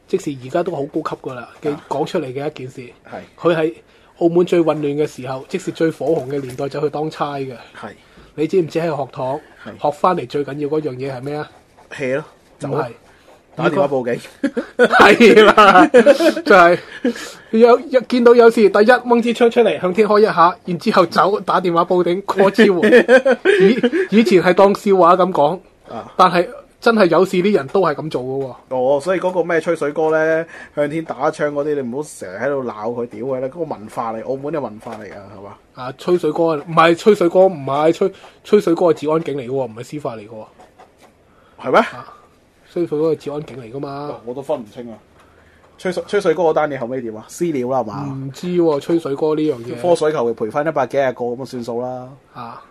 即使而家都好高級噶啦，嘅講出嚟嘅一件事，係佢喺澳門最混亂嘅時候，即使最火紅嘅年代就去當差嘅。係你知唔知喺學堂係學翻嚟最緊要嗰樣嘢係咩啊？ hea 咯，就走啊係打電話報警，係 啦，就係有有見到有時第一掹支槍出嚟向天開一下，然之後走打電話報警 call 支援。以以前係當笑話咁講，啊但係真係有事啲人都係咁做嘅喎。 哦，所以嗰個咩吹水歌咧，向天打槍嗰啲，你唔好成日喺度鬧佢，屌佢啦！嗰、個文化嚟，澳門嘅文化嚟㗎，係嘛？啊，吹水哥唔係吹水哥，唔係吹吹水哥係治安警嚟嘅喎，唔係司法嚟嘅喎。係咩？吹水哥係治安警嚟噶嘛？我都分唔清啊！吹水吹水哥嗰單嘢後尾點啊？私了啦係嘛？唔知喎、吹水哥呢樣科嘢水球會賠翻一百幾廿個咁啊，算數啦！啊，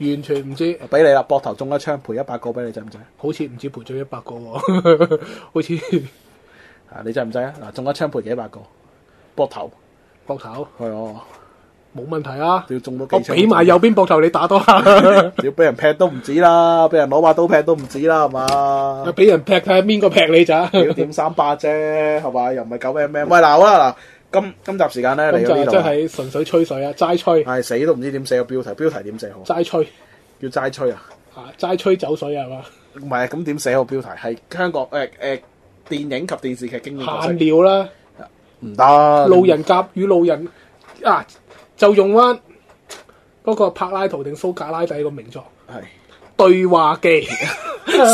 完全唔知，俾你啦，膊頭中一槍賠一百個俾你，制唔制？好似唔知賠咗一百個喎， 好似啊，你制唔制啊？嗱，中一槍賠幾百個，膊頭膊頭係哦，冇問題啊。要中到幾我槍俾埋右邊膊頭你打多下，要俾人劈都唔止啦，俾人攞把刀劈都唔止啦，係嘛？俾人劈睇下邊個劈你咋？屌點三八啫，係嘛？又唔係九 M M。喂，嗱好啦，嗱，今今集時間咧咁嚟就到呢真度啊啦，係純粹吹水啊，齋吹係死都唔知點寫個標題，標題點寫好？齋吹要齋吹啊？啊，齋吹走水係嘛？唔係，咁點寫個標題？係香港誒誒電影及電視劇經典角色閒聊啦。唔得，路人甲與路人啊，就用翻嗰個柏拉圖定蘇格拉底個名作係對話記，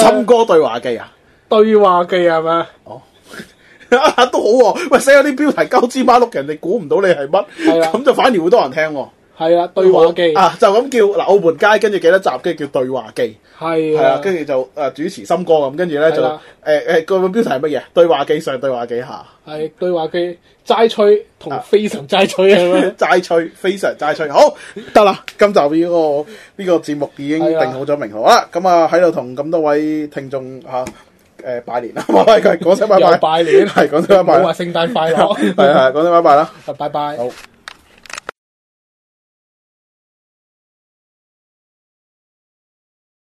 森哥對話記啊！ 對話記係咪？都好喎、喂，寫咗啲標題鳩芝麻碌，人哋估唔到你係乜，係啦咁就反而會多人聽喎、係啊，對話記啊，就咁叫嗱，澳門街跟住幾多集，跟住叫對話記，係係啦，啊，跟住就誒主持森哥咁，跟住咧就係誒啦誒個標題係乜嘢？對話記上，對話記下，係對話記齋吹同非常齋吹啊係咪？齋吹，非常齋吹，好得啦！今集呢、個呢、個節目已經係啊定好咗名號啦，咁啊喺度同咁多位聽眾嚇誒拜年啦，拜 拜，講聲拜又拜，拜年係講聲拜唔好拜話啦，聖誕快係樂，係講聲拜拜啦。 拜拜。好